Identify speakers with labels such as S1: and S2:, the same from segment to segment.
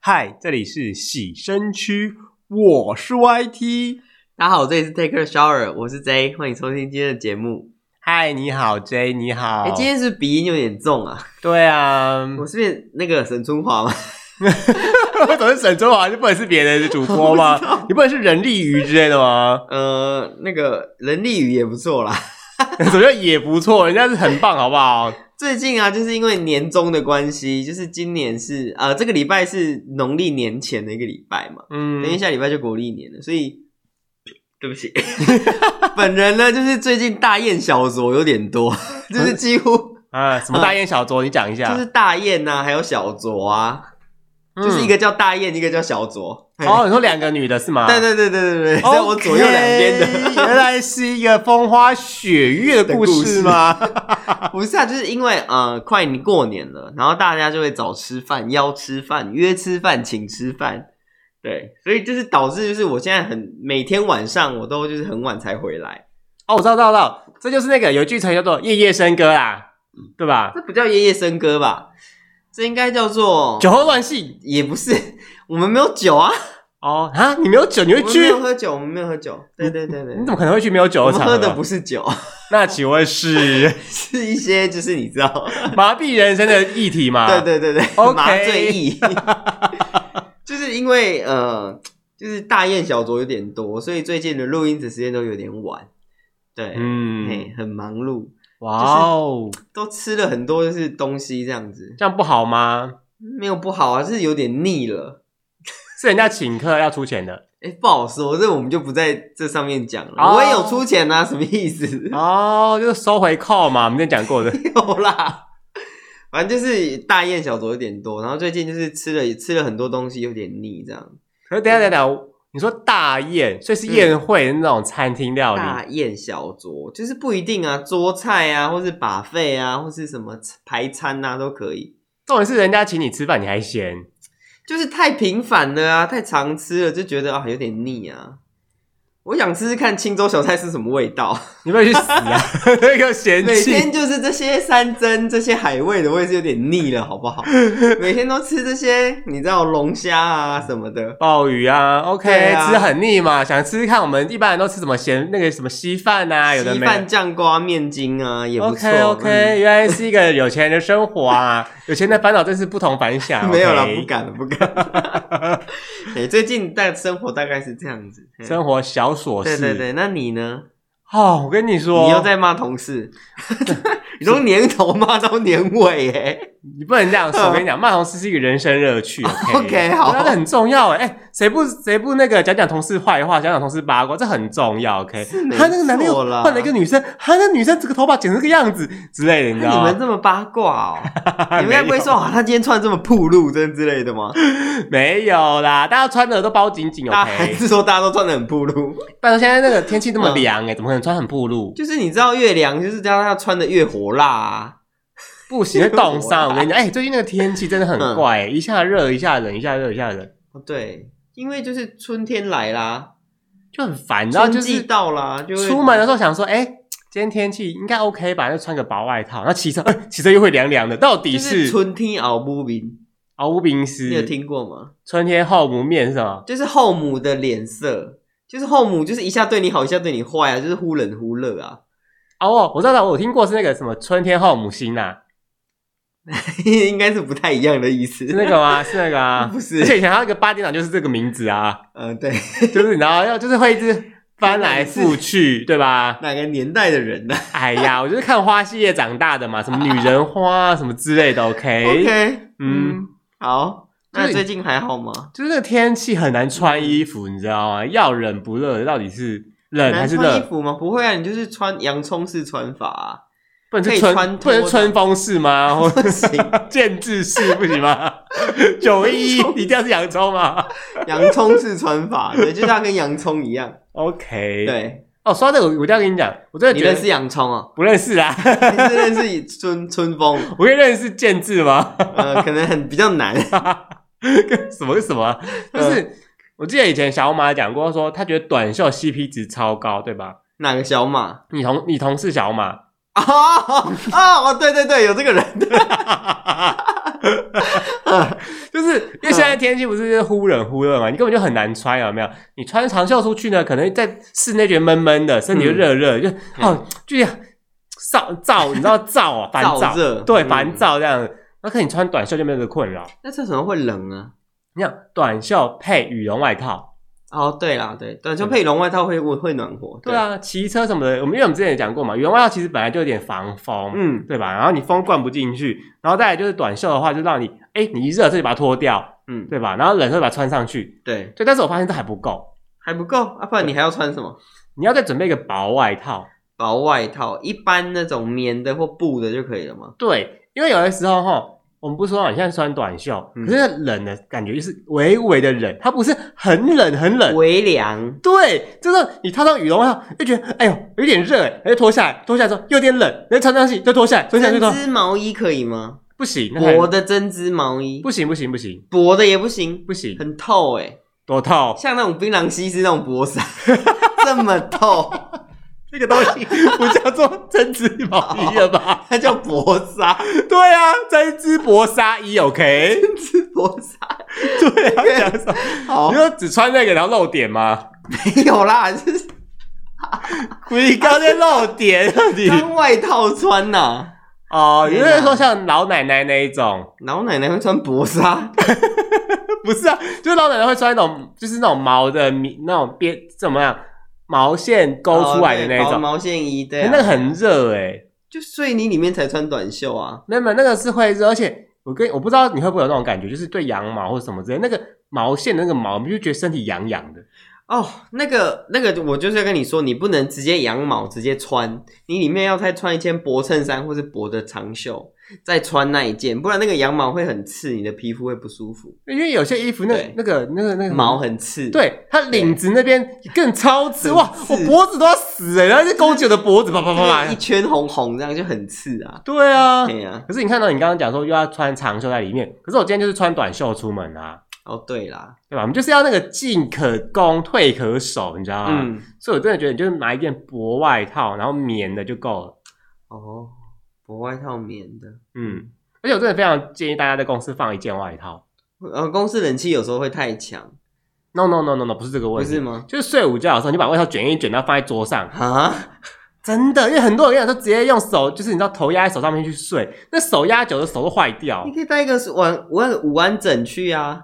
S1: 嗨，这里是洗身区，我是 YT。
S2: 大家好，我这里是 Take a Shower，我是 J，欢迎收听今天的节目。
S1: 嗨，你好 J，你好。
S2: 哎、今天是鼻音有点重啊，
S1: 对 啊，
S2: 我是变那个沈春华吗？
S1: 我总是沈周华，就不能是别人的主播吗？你不能是人力鱼之类的吗？
S2: 呃，那个人力语也不错啦。
S1: 怎么样也不错，人家是很棒，好不好？
S2: 最近啊，就是因为年终的关系，就是今年是呃这个礼拜是农历年前的一个礼拜嘛，
S1: 嗯
S2: 等一下礼拜就国历年了，所以对不起， 本人呢就是最近大宴小酌有点 多，就是几乎
S1: 啊，什么大宴小酌，你讲一下。
S2: 就是大宴呐、啊，还有小酌啊，就是一
S1: 个
S2: 个叫大宴，一个叫小酌。
S1: 哦，你说两个女的是吗？哦
S2: 对对对对对 对，在我左右两边
S1: 啊 OK，
S2: 的，
S1: 原来是一个风花雪月的故事 吗？
S2: 不是啊，就是因为呃，快你过年了，然后大家就会早吃饭、邀吃饭、约吃饭、请吃饭，对，所以就是导致就是我现在很每天晚上我都就是很晚才回来，
S1: 哦，我知道，知道，知道，这就是那个有一句成语叫做“夜夜笙歌”啦，对吧？
S2: 这不叫夜夜笙歌吧？这应该叫做
S1: 酒后乱性
S2: 也不是， 我们没有酒啊，
S1: 哦啊，你没有酒，你会
S2: 我们没
S1: 去？
S2: 有喝酒，我们没有喝酒，对对对对，
S1: 你怎么可能会去没有酒
S2: 我
S1: 的
S2: 们
S1: 场
S2: 喝的
S1: 合？
S2: 不是酒，
S1: 那请问是
S2: 是一些就是你知道。
S1: 麻痹人生的议题吗？
S2: 对对对对
S1: 啊 OK
S2: 麻醉液， 就是因为呃，就是大宴小酌有点多，所以最近的录音的时间都有点晚，对，
S1: 嗯，
S2: 嘿，很忙碌，
S1: 哇哦，
S2: 都吃了很多就是东西这样子，
S1: 这样不好吗？
S2: 没有不好啊，是有点腻了。
S1: 是人家请客要出钱的
S2: 哎，不好说，这我们就不在这上面讲了。
S1: 哦
S2: 我也有出钱啊，什么意思？
S1: 哦，就是收回扣嘛，我们之前讲过的。
S2: 有啦，反正就是大宴小酌有点多，然后最近就是吃了吃了很多东西，有点腻这样。
S1: 可是等一下等一下等一下，你说大宴，所以是宴会的那种餐厅料理，
S2: 大宴小酌，就是不一定啊，桌菜啊，或是把费啊，或是什么排餐啊，都可以。
S1: 重点是人家请你吃饭，你还嫌。
S2: 就是太频繁了啊，太常吃了，就觉得啊有点腻啊。我想吃吃看青州小菜是什么味道，
S1: 你不要去死 啊！那个嫌
S2: 每
S1: 弃
S2: 天就是这些山珍、这些海味的，我也是有点腻了，好不好？每天都吃这些，你知道龙虾啊什么的，
S1: 鲍鱼啊，OK，
S2: 对啊
S1: 吃很腻嘛，想吃吃看。我们一般人都吃什么咸那个什么稀饭啊，有的
S2: 稀
S1: 没
S2: 饭、酱瓜、面筋啊，也不错。
S1: OK OK，、
S2: 嗯
S1: 原来是一个有钱人的生活 啊！有钱人的烦恼真是不同凡响。
S2: 没有啦，
S1: 啊 OK
S2: 不敢了，不敢 了。对，最近大生活大概是这样子。
S1: 生活小琐
S2: 嗯对
S1: 事。
S2: 对对，那你呢？
S1: 哦，我跟你说，
S2: 你又在骂 同事，你从年头骂到年尾耶。
S1: 你不能这 样说。我跟你讲，骂同事是一个人生乐趣。OK，,
S2: OK，好
S1: 那很重要哎。哎，谁不谁不那个讲讲同事坏话，讲讲同事八卦，这很重要。OK，
S2: 没
S1: 他那个男的又
S2: 错啦
S1: 换了一个女生，他那女生这个头发剪成这个样子之类的，你知
S2: 那哎你
S1: 道
S2: 们
S1: 吗？
S2: 这么八卦 哦，你们
S1: 没有
S2: 该不会说啊，他今天穿这么暴露这之类的吗？
S1: 没有啦，大家穿的都包紧紧
S2: 大家还
S1: ，OK。
S2: 是说大家都穿的很暴露？
S1: 拜托，现在那个天气那么
S2: 嗯
S1: 凉哎，怎么可能穿很暴露？
S2: 就是你知道越凉，就是大家穿的越火辣啊。
S1: 不行，会 冻伤。我跟你讲，哎、最近那个天气真的很
S2: 嗯
S1: 怪、一下热，一下冷，一下热，一下冷，
S2: 哦对，因为就是春天来啦，
S1: 就很烦。然后
S2: 春
S1: 就
S2: 季
S1: 是
S2: 到啦，就会
S1: 出门的时候想说，哎、今天天气应该 OK 吧，就穿个薄外套。然后骑车，哎骑、车又会凉凉的。到底
S2: 就是
S1: 是
S2: 春天熬不明，
S1: 敖无名师？
S2: 你有听过吗？
S1: 春天后母面是吗？
S2: 就是后母的脸色，就是后母就是一下对你好，一下对你坏啊，就是忽冷忽热啊。
S1: 哦，我知道了，我有听过是那个什么春天后母心呐、啊，
S2: 应该是不太一样的意思。，
S1: 是那个吗？是那个啊
S2: 不是
S1: 而且以前还有一个八点档就是这个名字啊，
S2: 呃，对，
S1: 就是你知道，要就是会一直翻来覆去，对吧？
S2: 哪个年代的人呢、
S1: 哎呀，我就是看花系列长大 的嘛，什么女人花、啊、什么之类的。
S2: o
S1: OK，
S2: k
S1: 嗯，
S2: 嗯，好，那
S1: 对
S2: 最近还好吗？
S1: 就是那个天气很难穿衣服，你知道吗？要冷不热，到底是冷还
S2: 难
S1: 是
S2: 穿衣
S1: 热？
S2: 服吗？不会啊，你就是穿洋葱式穿法、啊，
S1: 不能
S2: 可
S1: 是
S2: 以
S1: 春
S2: 穿
S1: 不
S2: 脱
S1: 能
S2: 的
S1: 是春风式吗？ 或
S2: 不行，
S1: 建制式不行 吗？九一一一定要是洋葱吗
S2: 洋葱式穿法，对，就是要跟洋葱一样。
S1: ？OK，，
S2: 对，
S1: 哦，说到这个，我一定要跟你讲，我真的
S2: 你
S1: 觉
S2: 认
S1: 得
S2: 识洋葱哦、
S1: 不认识啊，
S2: 你是认识春春风，
S1: 我可以认识建制吗？
S2: 呃，可能很比较难。
S1: 跟什么是什么啊？
S2: 嗯
S1: 就是我记得以前小马讲过说他觉得短袖 CP 值超高，对吧？
S2: 哪个小马？
S1: 你同你同事小马，
S2: 哦哦哦，对对对，有这个人，
S1: 就是因为现
S2: 嗯
S1: 在天气不是就是忽冷忽热嘛，你根本就很难穿，有没有？你穿长袖出去呢，可能在室内觉得闷闷的，身体就
S2: 嗯
S1: 热热，就哦，就燥燥，你知道燥啊，烦
S2: 燥
S1: 躁，
S2: 热，
S1: 对，
S2: 嗯
S1: 烦。躁这样。那可你穿短袖就没有这个困扰。
S2: 那这怎么会冷啊？
S1: 你想短袖配羽绒外套，
S2: 哦，对啦，对，短袖配绒外套会会会暖和。
S1: 对，啊，骑车什么的，我们因为我们之前也讲过嘛，羽绒外套其实本来就有点防风，
S2: 嗯
S1: 对吧？然后你风灌不进去，然后再来就是短袖的话，就让你哎，你一热这就把它脱掉，
S2: 嗯，
S1: 对吧？然后冷就把它穿上去。
S2: 对，
S1: 对，但是我发现这还不够，
S2: 还不够啊，不然你还要穿什么？
S1: 你要再准备一个薄外套。
S2: 薄外套，一般那种棉的或布的就可以了吗？
S1: 对，因为有的时候哈，我们不说嘛，你现在穿短袖，
S2: 嗯
S1: 可是冷的感觉就是微微的冷，它不是很冷很冷。
S2: 微凉，
S1: 对，就是你套上羽绒外套，就觉得哎呦有点热哎，然后脱下来，脱下来之后又有点冷，然后穿上去再脱下来，脱下来
S2: 针
S1: 再脱，
S2: 织毛衣可以吗？
S1: 不行，那
S2: 薄
S1: 还
S2: 的针织毛衣，
S1: 不行不行不行
S2: 薄的也不行，
S1: 不行，
S2: 很透哎、
S1: 多 套
S2: 像那种槟榔西施那种薄 纱，这么透，
S1: 这个东西不叫做针织毛衣了吧？
S2: 它叫薄纱，
S1: 对啊，针织薄纱衣 OK，
S2: 是薄纱。
S1: 对啊，讲什么？
S2: 好
S1: 你，说只穿那个然后露点吗？
S2: 没有啦，就是
S1: 你刚才露点，啊 你
S2: 当外套穿呐、
S1: 哦，你
S2: 天哪
S1: 是说像老奶奶那一种？
S2: 老奶奶会穿薄纱，
S1: 不是啊，就是老奶奶会穿那种，就是那种毛的米，那种边怎么样，毛线勾出来的那
S2: 哦对
S1: 种，
S2: 毛毛线衣，对、
S1: 可是
S2: 啊，
S1: 那个很热哎、
S2: 就睡衣里面才穿短袖啊。
S1: 没有没有，那个是会热，而且我跟我不知道你会不会有那种感觉，就是对羊毛或什么之类，那个毛线的那个毛，你就觉得身体痒痒的。
S2: 哦，那个那个，我就是要跟你说，你不能直接羊毛直接穿，你里面要再穿一件薄衬衫或是薄的长袖，再穿那一件，不然那个羊毛会很刺，你的皮肤会不舒服，
S1: 因为有些衣服那个
S2: 对
S1: 那个那个那个
S2: 毛，很刺。，
S1: 嗯对它领子那边更超刺
S2: 很
S1: 哇，
S2: 刺
S1: 我脖子都要死欸了，然后就勾起我的脖子，啪啪啪
S2: 一
S1: 啪。
S2: 圈红红这样就很刺啊。
S1: 对啊，
S2: 对呀、
S1: 可是你看到你刚刚讲说又要穿长袖在里面，可是我今天就是穿短袖出门啊，
S2: 哦对啦，
S1: 对吧？我们就是要那个进可攻，退可守，你知道吗？
S2: 嗯，
S1: 所以我真的觉得你就是买一件薄外套，然后棉的就够了。
S2: 哦，薄外套棉的，
S1: 嗯，而且我真的非常建议大家在公司放一件外套。
S2: 呃，公司冷气有时候会太强，
S1: No no no no no，不是这个
S2: 不
S1: 问
S2: 是
S1: 题，
S2: 吗？
S1: 就是睡午觉的时候，你把外套卷一卷，然后放在桌上，
S2: 啊，
S1: 真的，因为很多人都直接用手，就是你知道头压在手上面去睡，那手压久了手都坏掉
S2: 你。可以带一个晚晚午安枕去 啊。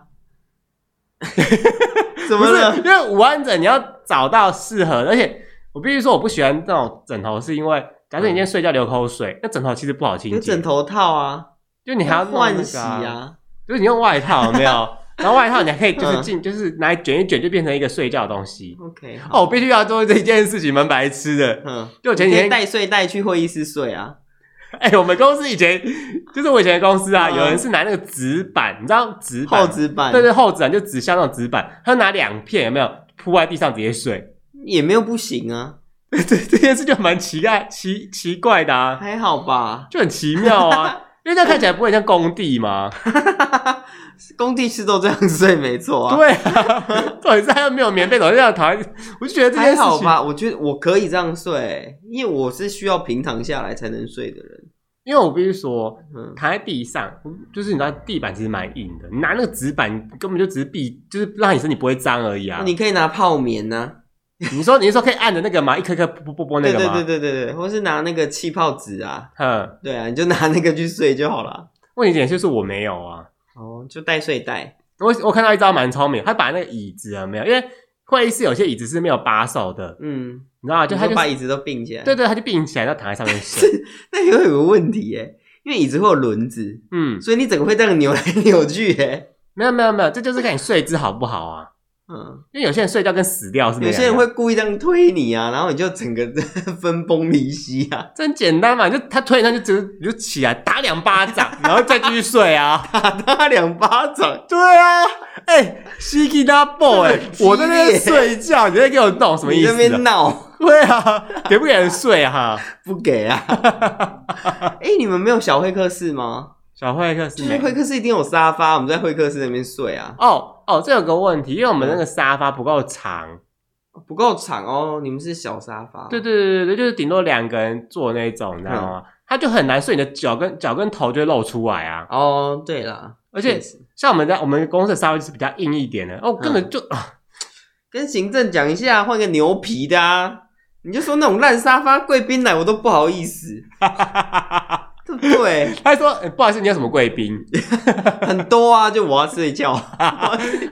S2: 怎
S1: 不
S2: 么
S1: 是，
S2: 了
S1: 因？为午安枕你要找到适合的，而且我必须说我不喜欢那种枕头，是因为假设你今天睡觉流口水，那枕头其实不好清
S2: 有
S1: 洁，
S2: 枕头套啊。
S1: 就你还要弄那个
S2: 换洗啊，
S1: 就是你用外套有没有？然后外套你还可以就是进，就是拿来卷一卷，就变成一个睡觉的东 西。
S2: ，OK，
S1: 哦，
S2: 好，
S1: 我必须要做这件事情，蛮白痴的。
S2: 嗯，
S1: 就我前
S2: 你
S1: 几
S2: 可以
S1: 天，
S2: 带睡袋去会议室睡啊，
S1: 哎、我们公司以前就是我以前的公司啊，
S2: 嗯
S1: 有人是拿那个纸板，你知道纸板
S2: 厚
S1: 吗
S2: 纸板，
S1: 啊对对，厚纸板就纸箱那种纸板，他拿两片有没有铺在地上直接睡？
S2: 也没有不行啊，
S1: 这这件事就蛮奇怪奇奇怪的啊，
S2: 还好吧，
S1: 就很奇妙啊，因为这样看起来不会像工地 嘛。
S2: 工地是都这样睡，没错啊，，
S1: 对啊， 重点是他又没有棉被，总是这样躺在，我就觉得这件
S2: 还
S1: 事
S2: 好
S1: 情，
S2: 吧，我觉得我可以这样睡，因为我是需要平躺下来才能睡的人，
S1: 因为我必须说
S2: 嗯，
S1: 躺在地上，就是你知道地板其实蛮硬的，你拿那个纸板根本就只是避，就是让你身体不会脏而已啊
S2: 那。哦你可以拿泡棉啊呐，
S1: 你说你是说可以按的那个吗？一颗颗啵啵啵啵那
S2: 对
S1: 个
S2: 对
S1: 吗？
S2: 对
S1: 对。
S2: 对对对，或是拿那个气泡纸啊，
S1: 嗯，
S2: 对啊，你就拿那个去睡就好了，
S1: 问题点就是我没有啊。
S2: 哦，就带睡袋，
S1: 我我看到一招蛮聪明，他把那个椅子啊有没有？因为会议室有些椅子是没有把手的，
S2: 嗯，
S1: 你知道吗？就
S2: 就
S1: 他就
S2: 把椅子都并起来，
S1: 对，对，他就并起来，然后躺在上面 睡。
S2: 那也会有个问题耶，因为椅子会有轮子。
S1: 嗯，
S2: 所以你整个会这样扭来扭去、欸，
S1: 没有没有没有，这就是看你睡姿好不好啊。
S2: 嗯，
S1: 因为有些人睡觉跟死掉是没
S2: 有
S1: 两
S2: 些人
S1: 样
S2: 会故意这样推你啊，然后你就整个分崩离析啊，
S1: 真简单嘛，你就他推你，他就直你就起来打两巴掌，然后再继续睡啊。
S2: 打他两巴掌，
S1: 对啊，哎、西吉拉 boy，哎、
S2: 激烈
S1: 我在那边睡觉，你在给我弄什么意
S2: 你
S1: 思、
S2: 那边
S1: 啊？
S2: 闹
S1: 对啊，给不给人睡哈、
S2: 不给啊？ 哎、你们没有小会客室吗？
S1: 小会客室
S2: 就是
S1: 没
S2: 会客室一定有沙发，我们在会客室那边睡啊，
S1: 哦哦，这有个问题，因为我们那个沙发不够长。
S2: 不够长哦，你们是小沙发，
S1: 对对对对对，就是顶多两个人坐那种，你知道吗？它它就很难，所以你的脚跟脚跟头就会露出来啊。
S2: 哦，对啦，
S1: 而且
S2: 确实
S1: 像我们在我们公司的沙发就是比较硬一点的，哦，根本就、 啊
S2: 跟行政讲一下，换个牛皮的啊！你就说那种烂沙发贵宾来，我都不好意 思，对不对？
S1: 他说、呃不好意思，你有什么贵宾？
S2: 很多啊，就我要睡觉，我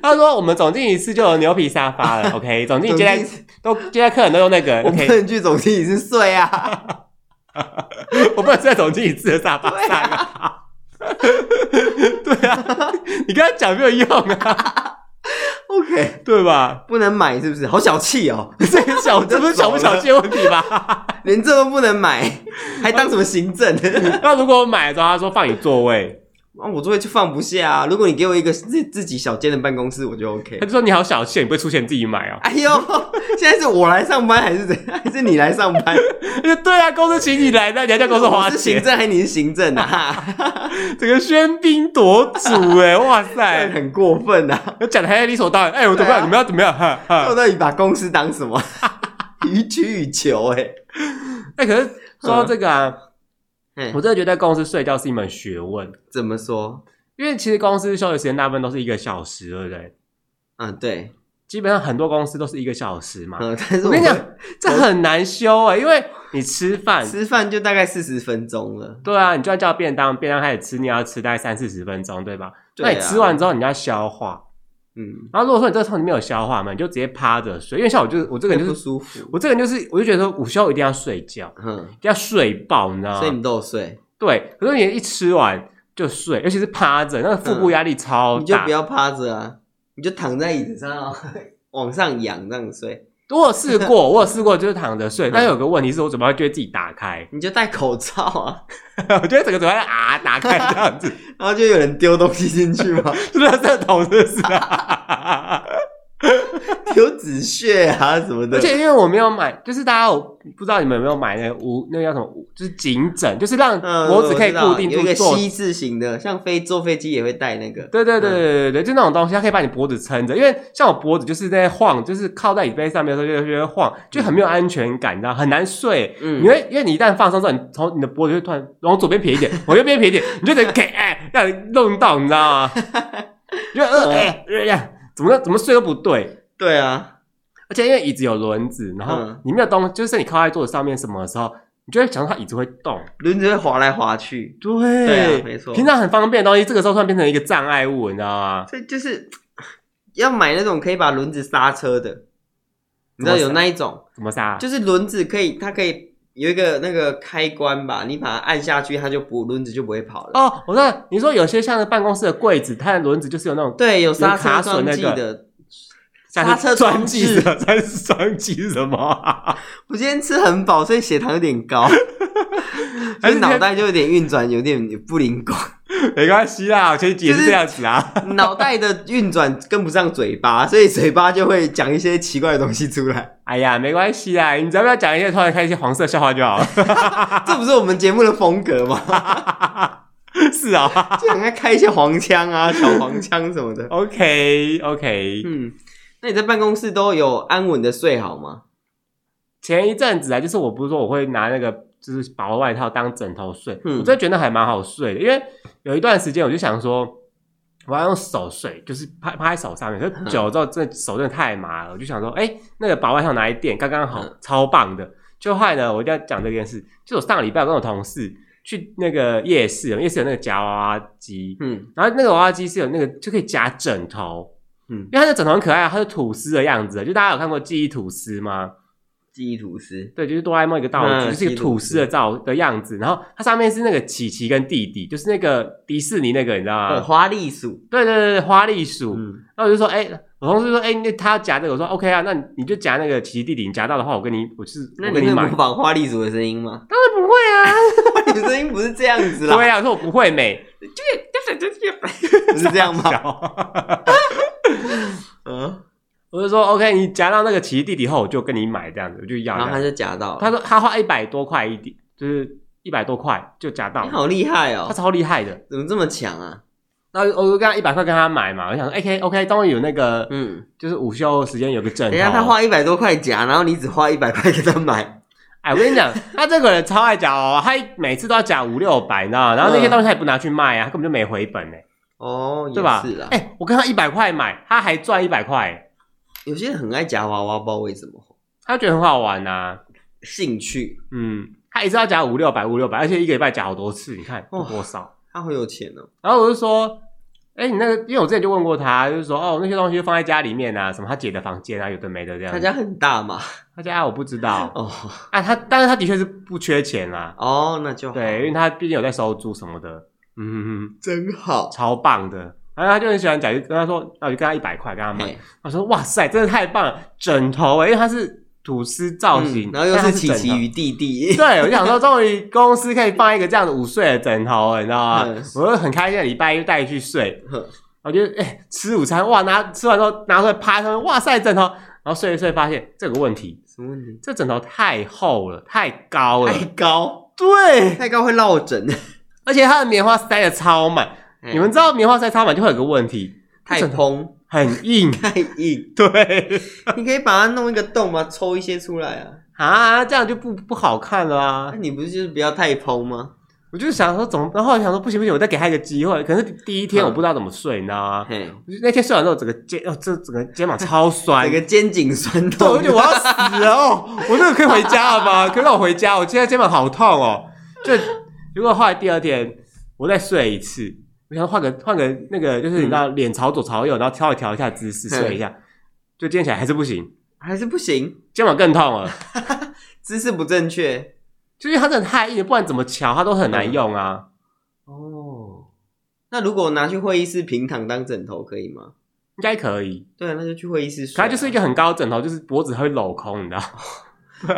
S1: 他说我们总经理室就有牛皮沙发了 ，OK，总经理接待都接待客人都用那个
S2: 不
S1: ，OK，
S2: 能去总经理室睡啊。
S1: 我不能在总经理室的沙发上啊。 对啊，你跟他讲没有用啊，
S2: OK，
S1: 对吧？
S2: 不能买是不是？好小气哦，
S1: 这个小，这不是小不小气的问题吧？
S2: 连这都不能买，还当什么行政？
S1: 那如果我买的时候，他说放你座位，
S2: 啊，我座位就放不下啊。如果你给我一个自自己小间的办公室，我就 OK
S1: 他。就说你好小气，你不会出钱自己买哦。
S2: 哎呦，现在是我来上班还是怎还是你来上 班？
S1: 他说对啊，公司请你 来，那你还叫公司花
S2: 我是行
S1: 钱，
S2: 政还是你是行政啊？
S1: 整个喧宾夺主哎，哇塞，
S2: 很过分啊！
S1: 讲的还理所当然，哎，我怎么
S2: 对啊
S1: 样？你们要怎么样？哈
S2: 我
S1: 哈，
S2: 到底把公司当什么？ 予取予求哎、
S1: 哎，可是说到这个啊，
S2: 嗯
S1: 我真的觉得在公司睡觉是一门学问，
S2: 怎么说？
S1: 因为其实公司休息时间大部分都是一个小时，对不对？
S2: 嗯，对，
S1: 基本上很多公司都是一个小时嘛，
S2: 嗯，但是
S1: 我
S2: 我
S1: 跟你讲这很难休哎、因为你吃饭，
S2: 吃饭就大概四十分钟了。
S1: 对啊，你就要叫便当，便当开始吃，你要吃大概三四十分钟，对吧？
S2: 对啊
S1: 那你吃完之后，你要消化。
S2: 嗯，
S1: 然后如果说你这个时候你没有消化嘛，你就直接趴着睡。因为像我就是我这个人
S2: 会不
S1: 就是
S2: 舒服。
S1: 我这个人就是我就觉得说午休一定要睡觉，
S2: 嗯，
S1: 一定要睡爆，你知道
S2: 所以
S1: 吗？
S2: 你都有睡，
S1: 对。可是你一吃完就睡，尤其是趴着，那个腹部压力超
S2: 嗯你就
S1: 大。
S2: 不要趴着啊，你就躺在椅子上、哦， 往上仰这样睡。
S1: 我有试过，我有试过就是躺着
S2: 嗯
S1: 睡，但有个问题是我嘴巴会觉得自己打开，
S2: 你就戴口罩啊，
S1: 我觉得整个嘴巴啊打开这样子。
S2: 然后就有人丢东西进去嘛，
S1: 是垃圾桶，是不是啊？
S2: 丢纸屑啊什么的。
S1: 而且因为我没有买，就是大家有不知道你们有没有买那个无那个叫什么无，就是颈枕，就是让
S2: 嗯，
S1: 脖子可以
S2: 我知道
S1: 固定
S2: 有一
S1: 住
S2: 个
S1: 坐。
S2: C 字形的，像飞坐飞机也会带那个。
S1: 对对对对对对，就那种东西，它可以把你脖子撑着，因为像我脖子就是在晃，就是靠在椅背上面的时候就就会晃，就很没有安全感，你知道，很难睡。
S2: 嗯
S1: 因为因为你一旦放松之后，你从你的脖子就突然往左边撇一点，往右边撇一点，你就得给哎，让人弄到，你知道吗？就呃哎哎呀，怎么怎么睡都不对。
S2: 对啊，
S1: 而且因为椅子有轮子，然后
S2: 嗯
S1: 你没有东，就是你靠在桌子上面什么的时候，你就会想到它椅子会动。
S2: 轮子会滑来滑去，
S1: 对，
S2: 对啊没错
S1: 平常很方便的东西，这个时候突然变成一个障碍物，你知道吗？
S2: 所以就是要买那种可以把轮子刹车的，你知
S1: 怎么
S2: 道有
S1: 刹
S2: 那一种，
S1: 怎么杀？
S2: 就是轮子可以，它可以有一个那个开关吧，你把它按下去，它就不轮子就不会跑了。
S1: 哦，我知道你说有些像是办公室的柜子，它的轮子就是有那种
S2: 对，有刹
S1: 卡榫
S2: 车装
S1: 那
S2: 置
S1: 个
S2: 的。
S1: 像
S2: 刹
S1: 是
S2: 车
S1: 专
S2: 装
S1: 技
S2: 置
S1: 的， 它是专技是什么 啊？
S2: 我今天吃很饱，所以血糖有点 高，所以脑袋就有点运转，有点不灵光。
S1: 没关系啦，前几也是这样子啊。
S2: 脑袋的运转跟不上嘴巴，所以嘴巴就会讲一些奇怪的东西出来。
S1: 哎呀，没关系啦，你只要不要讲一些突然开一些黄色笑话就好了。
S2: 这不是我们节目的风格吗？
S1: 是啊
S2: 就很爱开一些黄腔啊、小黄腔什么的。
S1: ，OK OK。
S2: 嗯，那你在办公室都有安稳的睡好吗？
S1: 前一阵子啊，就是我不是说我会拿那个就是薄外套当枕头睡，
S2: 嗯
S1: 我真的觉得还蛮好睡的，因为有一段时间我就想说。我要用手睡，就是趴趴在手上面。
S2: 嗯
S1: 可是久了之后，这手真的太麻了，我就想说，哎、那个薄外套拿来垫，刚刚好，
S2: 嗯
S1: 超棒的。就后来呢，我一定要讲这件事，就我上个礼拜跟我同事去那个夜市，夜市有那个夹娃娃机，
S2: 嗯
S1: 然后那个娃娃机是有那个就可以夹枕头，
S2: 嗯
S1: 因为它的枕头很可爱啊，它是吐司的样子，就大家有看过记忆吐司吗？
S2: 记忆吐司。
S1: 对，就是哆啦 A 梦一个道具，
S2: 嗯
S1: 就是一个吐司的造的样子。然后它上面是那个琪琪跟弟弟，就是那个迪士尼那个，你知道吗？
S2: 呃，花栗鼠，
S1: 对对对对，花栗鼠。
S2: 嗯，
S1: 然后我就说，哎、我同事就说，哎、那他夹这个，我说 OK 啊，那你你就夹那个琪琪弟弟，你夹到的话，我跟你，我是
S2: 那
S1: 我
S2: 你
S1: 跟
S2: 会
S1: 买？
S2: 模。仿花栗鼠的声音吗
S1: 当然不会
S2: 花栗鼠声音不 是这样子
S1: 啊，
S2: 啦，
S1: 对啊，我说我不会美，
S2: 不是这样吗？ 嗯，
S1: 我就说 OK，你夹到那个琪琪弟弟后，我就跟你买这样子，我就要
S2: 然
S1: 这
S2: 后他
S1: 样。
S2: 就夹到了，
S1: 他说他花一百多块一点，就是一百多块就夹到
S2: 你
S1: 了，
S2: 好厉害
S1: 他
S2: 哦，
S1: 超厉害的。
S2: 怎么这么强啊？
S1: 那我就跟他一百块跟他买嘛，我想说，OK OK，终于有那个、
S2: 嗯，
S1: 就是午休时间有个枕哦
S2: 等
S1: 头，
S2: 一下他花一百多块夹，然后你只花一百块给他买，
S1: 哎，我跟你讲， 他这个人超爱假哦，他每次都要假五六百，你知道吗？然后那些
S2: 嗯
S1: 东西他也不拿去卖啊，他根本就没回本哎、
S2: 哦，也
S1: 对吧
S2: 是啦？。
S1: 哎、我跟他一百块买，他还赚一百块，
S2: 有些人很爱夹娃娃，不知道为什么，
S1: 他觉得很好玩呐、啊。
S2: 兴趣。
S1: 嗯，他一次要夹五六百，五六百，而且一个礼拜夹好多次，你看
S2: 哇
S1: 多少？
S2: 他好有钱哦，
S1: 然后我就说，哎、你那个，因为我之前就问过他，就是说，哦，那些东西就放在家里面啊，什么他姐的房间啊，有的没的这样
S2: 他
S1: 子。
S2: 家很大嘛。
S1: 他家我不知道，
S2: 哦
S1: 啊，他，但是他的确是不缺钱啦、
S2: 哦，那就好
S1: 对，因为他毕竟有在收租什么的，嗯，嗯嗯
S2: 真好。
S1: 超棒的。然后他就很喜欢讲，就跟他说，那我就跟他一百块，跟他买
S2: 嘿。
S1: 我说，哇塞，真的太棒了，枕头哎、因为它是吐司造型，
S2: 嗯然后又
S1: 但它
S2: 是
S1: 是
S2: 琪琪
S1: 枕头
S2: 与弟弟，
S1: 对，我就想说，终于公司可以放一个这样的午睡的枕头了，你知道吗？
S2: 嗯
S1: 我就很开心，礼拜一就带去睡
S2: 哼，
S1: 我就哎、吃午餐，哇，拿吃完之后拿出来趴上面，哇塞，枕头，然后睡一睡，发现这个问题，
S2: 什么问题？
S1: 这枕头太厚了，太高了，
S2: 太高，
S1: 对，
S2: 太高会落枕。
S1: 而且它的棉花塞的超满，
S2: 嗯
S1: 你们知道棉花塞超满就会有个问题，
S2: 太
S1: 枕头
S2: 蓬，
S1: 很硬
S2: 太硬，
S1: 对
S2: 你可以把它弄一个洞嘛，抽一些出来啊。
S1: 啊，这样就不不好看了啊
S2: 那、。你不是就是不要太蓬吗？
S1: 我就想说怎么，然后我想说不行不行，我再给他一个机会，可是第一天
S2: 嗯
S1: 我不知道怎么睡，你知道吗？
S2: 嘿，
S1: 那天睡完之后，整个肩哦，这整个肩膀超酸
S2: 整，个肩颈酸
S1: 对，
S2: 痛。
S1: 我觉得我要死了哦！我这个可以回家了吗？可以让我回家，我现在肩膀好痛哦。就如果后来第二天我再睡一次，我想换个换个那个，就是你
S2: 嗯
S1: 知道脸朝左朝右，然后稍微调一下姿势睡一下，就今天起来还是不行，
S2: 还是不行，
S1: 肩膀更痛了。
S2: 姿势不正确。
S1: 就是它真的太硬，不管怎么瞧它都很
S2: 嗯
S1: 难用啊。
S2: 哦，那如果拿去会议室平躺当枕头可以吗？
S1: 应该可以，
S2: 对啊，那就去会议室睡、
S1: 可
S2: 啊。
S1: 它就是一个很高的枕头，就是脖子会镂空，你知道。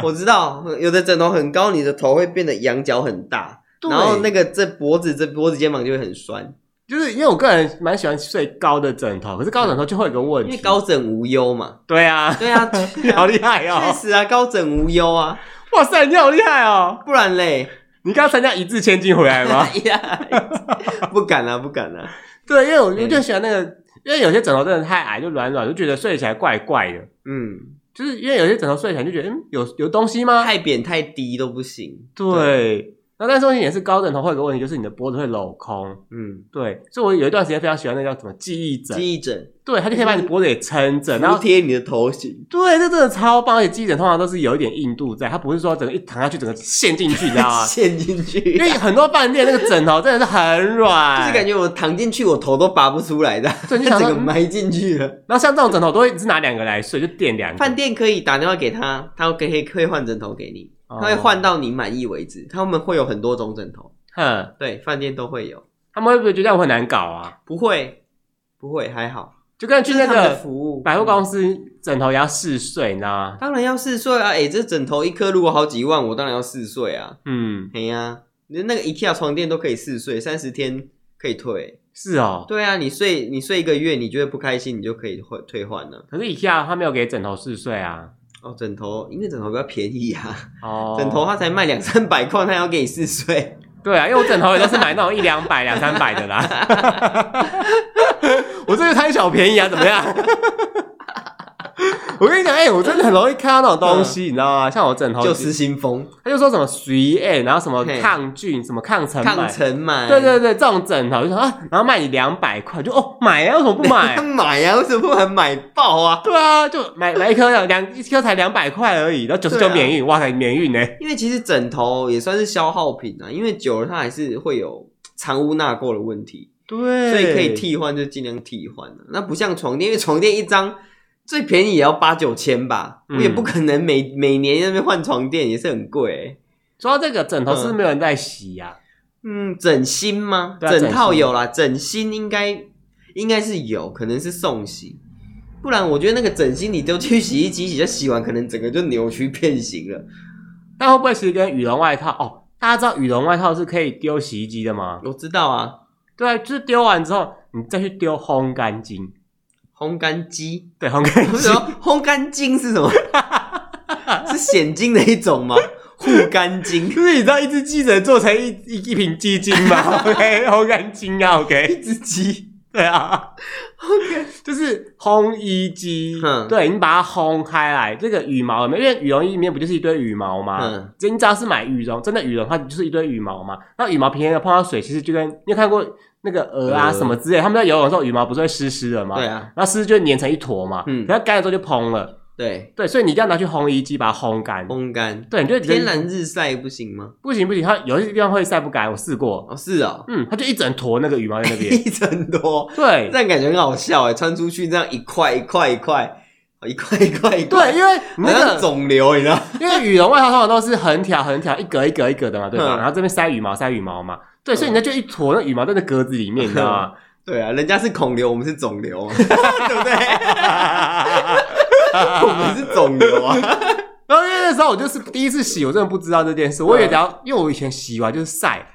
S2: 我知道，有的枕头很高，你的头会变得仰角很大，然后那个这脖子这脖子肩膀就会很酸，
S1: 就是因为我个人蛮喜欢睡高的枕头，可是高枕头就会有一个问
S2: 因
S1: 题，
S2: 为高枕无忧嘛。
S1: 对啊，
S2: 对 啊，
S1: 你
S2: 对
S1: 好
S2: 啊
S1: 厉害
S2: 确
S1: 哦！
S2: 实啊，高枕无忧啊，
S1: 哇塞，你好厉害哦！
S2: 不然嘞，
S1: 你刚参加一掷千金回来吗
S2: 哎？呀， 不敢啊了、不敢了、
S1: 对，因为我
S2: 嗯
S1: 我就喜欢那个，因为有些枕头真的太矮，就软软，就觉得睡起来怪怪的。
S2: 嗯，
S1: 就是因为有些枕头睡起来就觉得，嗯，有有东西吗？
S2: 太扁太低都不行。
S1: 对。然后但是问题也是高枕头会有个问题，就是你的脖子会镂空。
S2: 嗯，
S1: 对，所以我有一段时间非常喜欢那叫什么记忆枕，
S2: 记忆枕，
S1: 对，它就可以把你脖子给撑着，然后
S2: 服贴你的头型，
S1: 对，这真的超棒，而且记忆枕通常都是有一点硬度在，它不是说整个一躺下去整个陷进去，你知道 吗？
S2: 陷进去哎
S1: 因，为很多饭店那个枕头真的是很软，
S2: 就是感觉我躺进去，我头都拔不出来的，
S1: 对就想
S2: 整
S1: 说
S2: 个埋进去了。
S1: 然后像这种枕头都会只拿两个来睡，就垫两个。
S2: 饭店可以打电话给他，他可以可以换枕头给你，
S1: 哦
S2: 他会换到你满意为止。他们会有很多种枕头，
S1: 哼，
S2: 对，饭店都会有。
S1: 他们会不会觉得这样我很难搞啊？
S2: 不会，不会，还好。
S1: 就跟去那
S2: 他们的
S1: 个
S2: 服务，
S1: 百货公司枕头也要试睡，你知道吗？
S2: 当然要试睡啊！哎、这枕头一颗如果好几万，我当然要试睡啊！
S1: 嗯，
S2: 哎呀、那那个 IKEA 床垫都可以试睡，三十天可以退。
S1: 是哦。
S2: 对啊，你睡你睡一个月，你觉得不开心，你就可以换退换了、
S1: 可是 IKEA 他没有给枕头试睡啊。
S2: 哦，枕头因为枕头比较便宜啊，
S1: 哦，
S2: 枕头它才卖两三百块，它要给你试睡。
S1: 对啊，因为我枕头也都是买那种一两百、两三百的啦。 我这就贪小便宜啊，怎么样？ 我跟你讲，哎、我真的很容易看到那种东西，你知道吗？像我枕头，
S2: 就失心疯，
S1: 他就说什么随哎，然后什么
S2: 嘿
S1: 抗菌、什么抗尘螨、
S2: 抗尘螨，
S1: 对对对，这种枕头就想啊，然后卖你两百块，就哦买啊，为什么不 买
S2: 他？买呀、啊，为什么不能买爆啊？
S1: 对啊，就买买一颗两两一颗才两百块而已，然后九十
S2: 对
S1: 九
S2: 啊
S1: 免运，哇塞免运呢、
S2: 因为其实枕头也算是消耗品啊，因为久了它还是会有藏污纳垢的问题，
S1: 对
S2: 所以可以。替换就尽量替换啊那不像床垫，因为床垫一张最便宜也要八九千吧，
S1: 嗯
S2: 我也不可能每每年在那边换床垫，也是很贵欸、
S1: 说到这个枕头，是不是没有人在洗啊呀、
S2: 嗯，枕芯吗？
S1: 对啊
S2: 枕套
S1: 枕芯
S2: 有啦，枕芯应该应该是有，可能是送洗，不然我觉得那个枕芯你丢去洗衣机洗，就洗完可能整个就扭曲变形了。
S1: 但会不会其实跟羽绒外套哦？大家知道羽绒外套是可以丢洗衣机的吗？
S2: 我知道啊，
S1: 对啊，就是丢完之后，你再去丢烘干机。
S2: 烘干机，
S1: 对，烘干
S2: 不是
S1: 机
S2: 说烘干精是什么？ 是鲜精的一种吗？护肝精，
S1: 就是你知道一只鸡只能做成一一一瓶 鸡精吗？OK，烘干精啊，OK，一只鸡，对啊，就是烘衣机
S2: 嗯，
S1: 对你把它烘开来，这个羽毛有没有？因为羽绒衣里面不就是一堆羽毛吗？
S2: 嗯
S1: 就你只要是买羽绒，真的羽绒，它就是一堆羽毛嘛。那羽毛平常碰到水，其实就跟你有看过那个鹅啊
S2: 鹅
S1: 什么之类，他们在游泳的时候羽毛不是会湿湿的吗？
S2: 对啊，
S1: 然后湿湿就会粘成一坨嘛。
S2: 嗯
S1: 然后干了之后就蓬了。
S2: 对，
S1: 对，所以你一定要拿去烘衣机把它烘干。
S2: 烘干，
S1: 对，你就
S2: 天然日晒不行吗？
S1: 不行不行，它有些地方会晒不干，我试过。
S2: 哦，是哦，
S1: 嗯，它就一整坨那个羽毛在那 边。
S2: 一整多，
S1: 对
S2: 这样感觉很好笑哎，穿出去这样一块一块一块，哦一块一块一块，
S1: 对，，因为你那
S2: 好像
S1: 个
S2: 肿瘤，你知道？
S1: 因为羽绒外套通常都是横条横条，一格一格一格的嘛，对吧？
S2: 嗯
S1: 然后这边塞羽毛塞羽毛嘛，对，所以你那就一坨那羽毛在那格子里面，你知道吗？
S2: 对啊，人家是孔瘤，我们是肿瘤 啊，对不对？嗯我们是肿瘤啊，
S1: 然后因为那时候我就是第一次洗，我真的不知道这件事，我以为只要因为我以前洗完就是晒，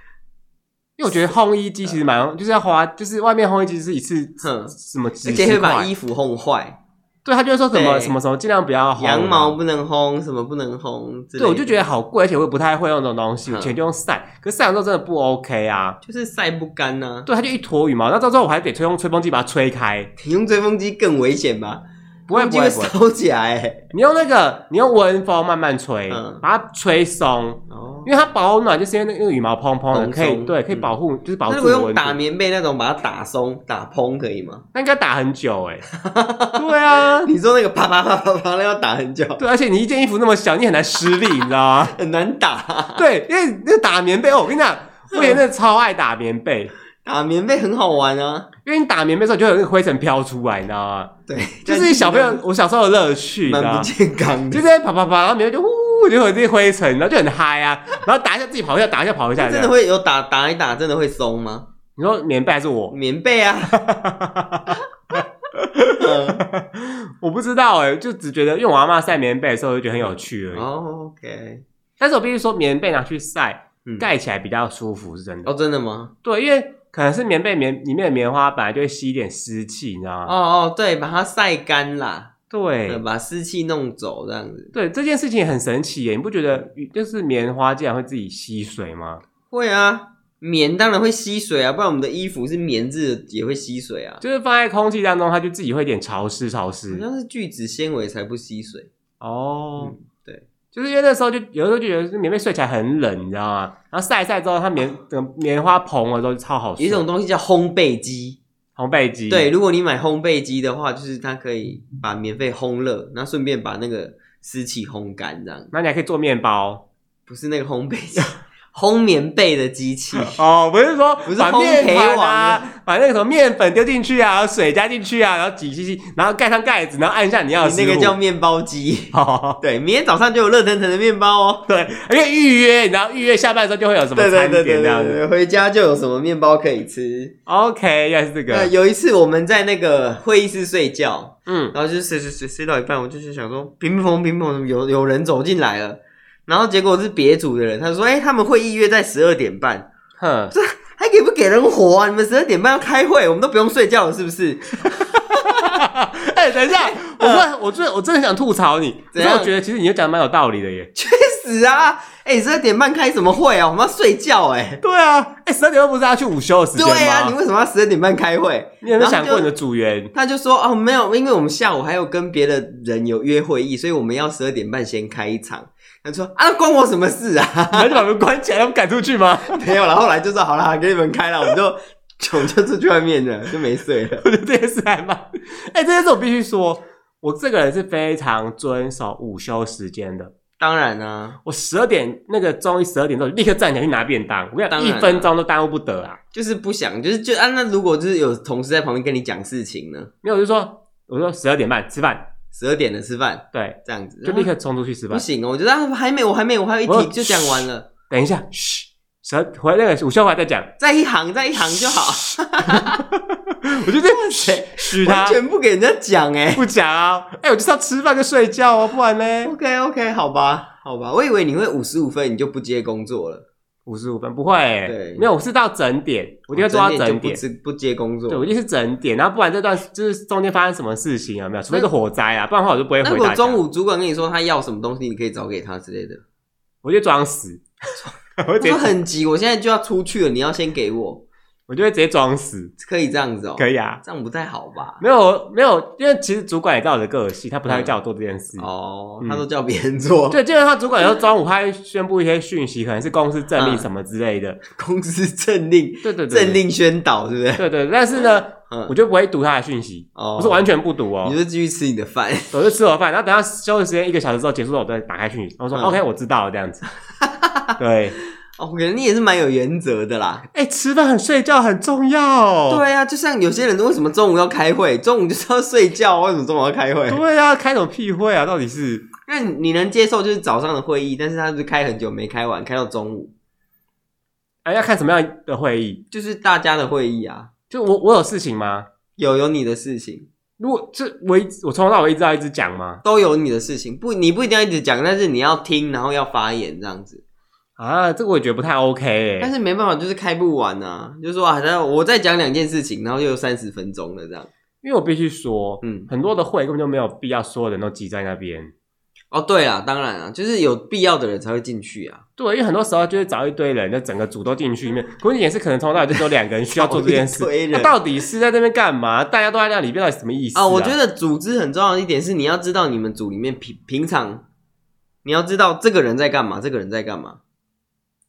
S1: 因为我觉得烘衣机其实蛮就是要花，就是外面烘衣机是一次
S2: 哼
S1: 什么几
S2: 而且会
S1: 十
S2: 把
S1: 块，
S2: 衣服烘坏，
S1: 对他就会说什么
S2: 对
S1: 什么什么尽量不要烘啊
S2: 羊毛。不能烘，什么不能烘之类的，
S1: 对，我就觉得好贵，而且我也不太会用这种东西，
S2: 嗯
S1: 我以前就用晒，可是晒完之后真的不 OK 啊。
S2: 就是晒不干啊呐、
S1: 对，它就一坨羽毛，那到最后我还得吹用吹风机把它吹开，
S2: 你用吹风机更危险吧？
S1: 不会不
S2: 吹
S1: 会
S2: 风
S1: 不
S2: 机
S1: 会
S2: 会，烧起来、欸。
S1: 你用那个，你用温风慢慢吹，
S2: 嗯
S1: 把它吹松，
S2: 哦，
S1: 因为它保暖，就是因为那个羽毛蓬蓬的，
S2: 蓬
S1: 可以
S2: 松
S1: 对，可以
S2: 嗯
S1: 保护，就是保
S2: 那
S1: 护
S2: 如果
S1: 我
S2: 用
S1: 温
S2: 打
S1: 度。
S2: 棉被那种把它打松、打蓬可以吗？
S1: 那应该打很久 哎、对啊，
S2: 你说那个啪啪啪啪啪，那要打很久，
S1: 对，而且你一件衣服那么小，你很难施力，你知道吗？
S2: 很难打。
S1: 对，因为那打棉被，哦，我跟你讲，我以前真的超爱打棉被，
S2: 打棉被很好玩啊，
S1: 因为你打棉被的时候就有那个灰尘飘出来，你知道吗？
S2: 对，
S1: 就是小朋友，我小时候的乐趣，你知道
S2: 蛮
S1: 吗
S2: 不？健康
S1: 就
S2: 的，
S1: 在跑跑跑，然后棉被就呜，就有这些灰尘，然后就很嗨啊，然后打一下自己跑一下，打一下跑一下，
S2: 真的。会有打打一打，真的会松吗？
S1: 你说棉被还是我？
S2: 棉 被啊，嗯
S1: 我不知道哎、就只觉得因为我阿妈晒棉被的时候，我就觉得很有趣而已。
S2: 哦，OK，
S1: 但是我必须说，棉被拿去晒，
S2: 嗯
S1: 盖起来比较舒服，是真的。
S2: 哦，真的吗？
S1: 对，因为可能是棉被棉里面的棉花本来就会吸一点湿气，你知道
S2: 哦
S1: 吗？
S2: 哦，对，把它晒干啦，
S1: 对
S2: 嗯把湿气弄走这样子。
S1: 对，这件事情也很神奇耶！你不觉得就是棉花竟然会自己吸水吗？
S2: 会啊，棉当然会吸水啊，不然我们的衣服是棉质的也会吸水啊。
S1: 就是放在空气当中，它就自己会有点潮湿潮
S2: 好
S1: 湿。
S2: 像是聚酯纤维才不吸水，
S1: 哦、
S2: 嗯对，
S1: 就是因为那时候就有的时候就觉得棉被睡起来很冷，你知道吗？然后晒一晒之后，它棉整个棉花蓬了之后就超好
S2: 有
S1: 睡。
S2: 啊一种东西叫烘焙机。
S1: 烘焙机，
S2: 对，如果你买烘焙机的话，就是它可以把棉被烘热，然后顺便把那个湿气烘干，这样
S1: 那你还可以做面包
S2: 不是那个烘焙 机，烘棉被的机器。
S1: 哦，不是说
S2: 不是
S1: 把
S2: 烘
S1: 面
S2: 焙
S1: 团
S2: 网
S1: 啊，把那个什么面粉丢进去啊，水加进去啊，然后挤挤挤，然后盖上盖子，然后按一下你要的
S2: 你那
S1: 食
S2: 个
S1: 物
S2: 叫面包机。
S1: 哦，
S2: 对，明天早上就有热腾腾的面包 哦。
S1: 对，而且预约，你知道预约下班的时候就会有什么
S2: 对对
S1: 餐
S2: 对
S1: 点
S2: 对
S1: 这样
S2: 对
S1: 子。
S2: 对，回家就有什么面包可以吃。
S1: OK，原来是这
S2: 那
S1: 个，
S2: 有一次我们在那个会议室睡觉，
S1: 嗯，
S2: 然后就睡睡睡睡到一半，我就是想说，乒乓乒乓，有有人走进来了，然后结果是别组的人，他说，哎、他们会议约在十二点半，
S1: 哼，
S2: 还给不给人活啊？你们十二点半要开会，我们都不用睡觉了，是不是？
S1: 哎、等一下，我突然，我真我真的想吐槽你，可
S2: 怎
S1: 是
S2: 样
S1: 我觉得其实你又讲的蛮有道理的耶。
S2: 确实啊，哎、1十二点半开什么会啊？我们要睡觉哎、
S1: 对啊，哎、十二点半不是要去午休的时间吗？
S2: 对啊，你为什么要十二点半开会？
S1: 你有没有想
S2: 然后
S1: 过
S2: 就
S1: 你的组员？
S2: 他就说哦，没有，因为我们下午还有跟别的人有约会议，所以我们要十二点半先开一场。他说啊，关我什么事啊？
S1: 然后就把门关起来，他们赶出去吗？
S2: 没有了，后来就说好啦，给你们开了，我们就 我们就出去外面了，就没睡了。
S1: 我觉得这件事还蛮……哎、这件事我必须说，我这个人是非常遵守午休时间的。
S2: 当然啊，
S1: 我十二点那个钟一十二点钟，立刻站起来去拿便当。我跟你讲，
S2: 当
S1: 一
S2: 然啊
S1: 分钟都耽误不得啊！
S2: 就是不想，就是就啊，那如果就是有同事在旁边跟你讲事情呢，
S1: 没有，我就说，我说十二点半吃饭，
S2: 十二点了吃饭
S1: 对，
S2: 这样子，
S1: 就立
S2: 啊
S1: 刻冲出去吃
S2: 不
S1: 饭。
S2: 行哦，我觉得啊还没，我还没，我还有一
S1: 我
S2: 题就讲完了，
S1: 等一下，嘘，十二回那个午休回来再讲。
S2: 在一行在一行就好，
S1: 我就这样嘘嘘
S2: 完
S1: 他，
S2: 全不给人家讲哎、
S1: 不讲啊！哎、我就是要吃饭跟睡觉哦，不然呢？
S2: OK OK，好吧，好吧，我以为你会五十五分你就不接工作了，
S1: 五十五分不会、欸，
S2: 对
S1: 没有，我是到整点，我一定会做到
S2: 整点就
S1: 整
S2: 不
S1: 点。
S2: 接不接工作
S1: 对，。我就是整点，然后不然这段就是中间发生什么事情有没有？除非是火灾啊，不然的话我就不会
S2: 那
S1: 回
S2: 如果
S1: 答。
S2: 中，午主管跟你说他要什么东西，你可以找给他之类的。
S1: 我就装死，我就
S2: 我
S1: 直接
S2: 说很急，我现在就要出去了，你要先给我。
S1: 我就会直接装死，
S2: 可以这样子哦，
S1: 可以啊。
S2: 这样不太好吧？
S1: 没有没有，因为其实主管也知道我的个性，他不太会叫我做这件事。
S2: 哦，
S1: 嗯
S2: 他都叫别人做，
S1: 对，基本上主管有时候中午他会宣布一些讯息，可能是公司政令什么之类的。
S2: 公司政令
S1: 对对对，
S2: 政令宣导，对不对？
S1: 对对，但是呢，
S2: 嗯
S1: 我就不会读他的讯息，
S2: 哦
S1: 我是完全不读哦
S2: 你。就继续吃你的饭，
S1: 我就吃了饭，然后等到休息时间一个小时之后结束之后，我再打开讯息，然后说、
S2: 嗯
S1: OK，我知道了这 样子。对，
S2: 哦，可能你也是蛮有原则的啦。
S1: 哎、吃饭很睡觉很重要。
S2: 对啊，就像有些人为什么中午要开会，中午就是要睡觉，为什么中午要开会？
S1: 对啊，开什么屁会啊？到底是
S2: 那你你能接受就是早上的会议，但是他就是开很久没开完，开到中午，
S1: 哎、要看什么样的会议？
S2: 就是大家的会议啊，
S1: 就我我有事情吗？
S2: 有有你的事情，
S1: 如果这我一我从头到尾一直要一直讲吗？
S2: 都有你的事情，不你不一定要一直讲，但是你要听，然后要发言这样子。
S1: 啊，这个我也觉得不太 OK 哎、
S2: 但是没办法，就是开不完啊，就说啊，那我再讲两件事情，然后又有三十分钟了这样。
S1: 因为我必须说，
S2: 嗯，
S1: 很多的会根本就没有必要所有人都挤在那边。
S2: 哦对啊，当然啊，就是有必要的人才会进去啊。
S1: 对，因为很多时候就是找一堆人，就整个组都进去里面。可是也是可能从头到尾就只有两个人需要做这件事
S2: 找一堆，人
S1: 那到底是在那边干嘛？大家都在那里面，到底什么意思
S2: 啊，我觉
S1: 得
S2: 得组织很重要的一点是，你要知道你们组里面平平常，你要知道这个人在干嘛，这个人在干嘛。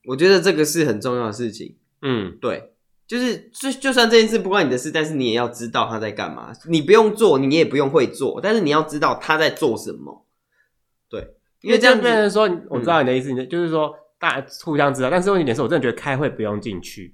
S2: 我觉得这个是很重要的事情。
S1: 嗯，
S2: 对，就是就就算这件事不关你的事，但是你也要知道他在干嘛。你不用做，你也不用会做，但是你要知道他在做什么。对，
S1: 因
S2: 因为
S1: 为这
S2: 这样
S1: 样变
S2: 子嗯
S1: 成说，我知道你的意思，你的就是说大家互相知道。但是问题点是我真的觉得开会不用进去。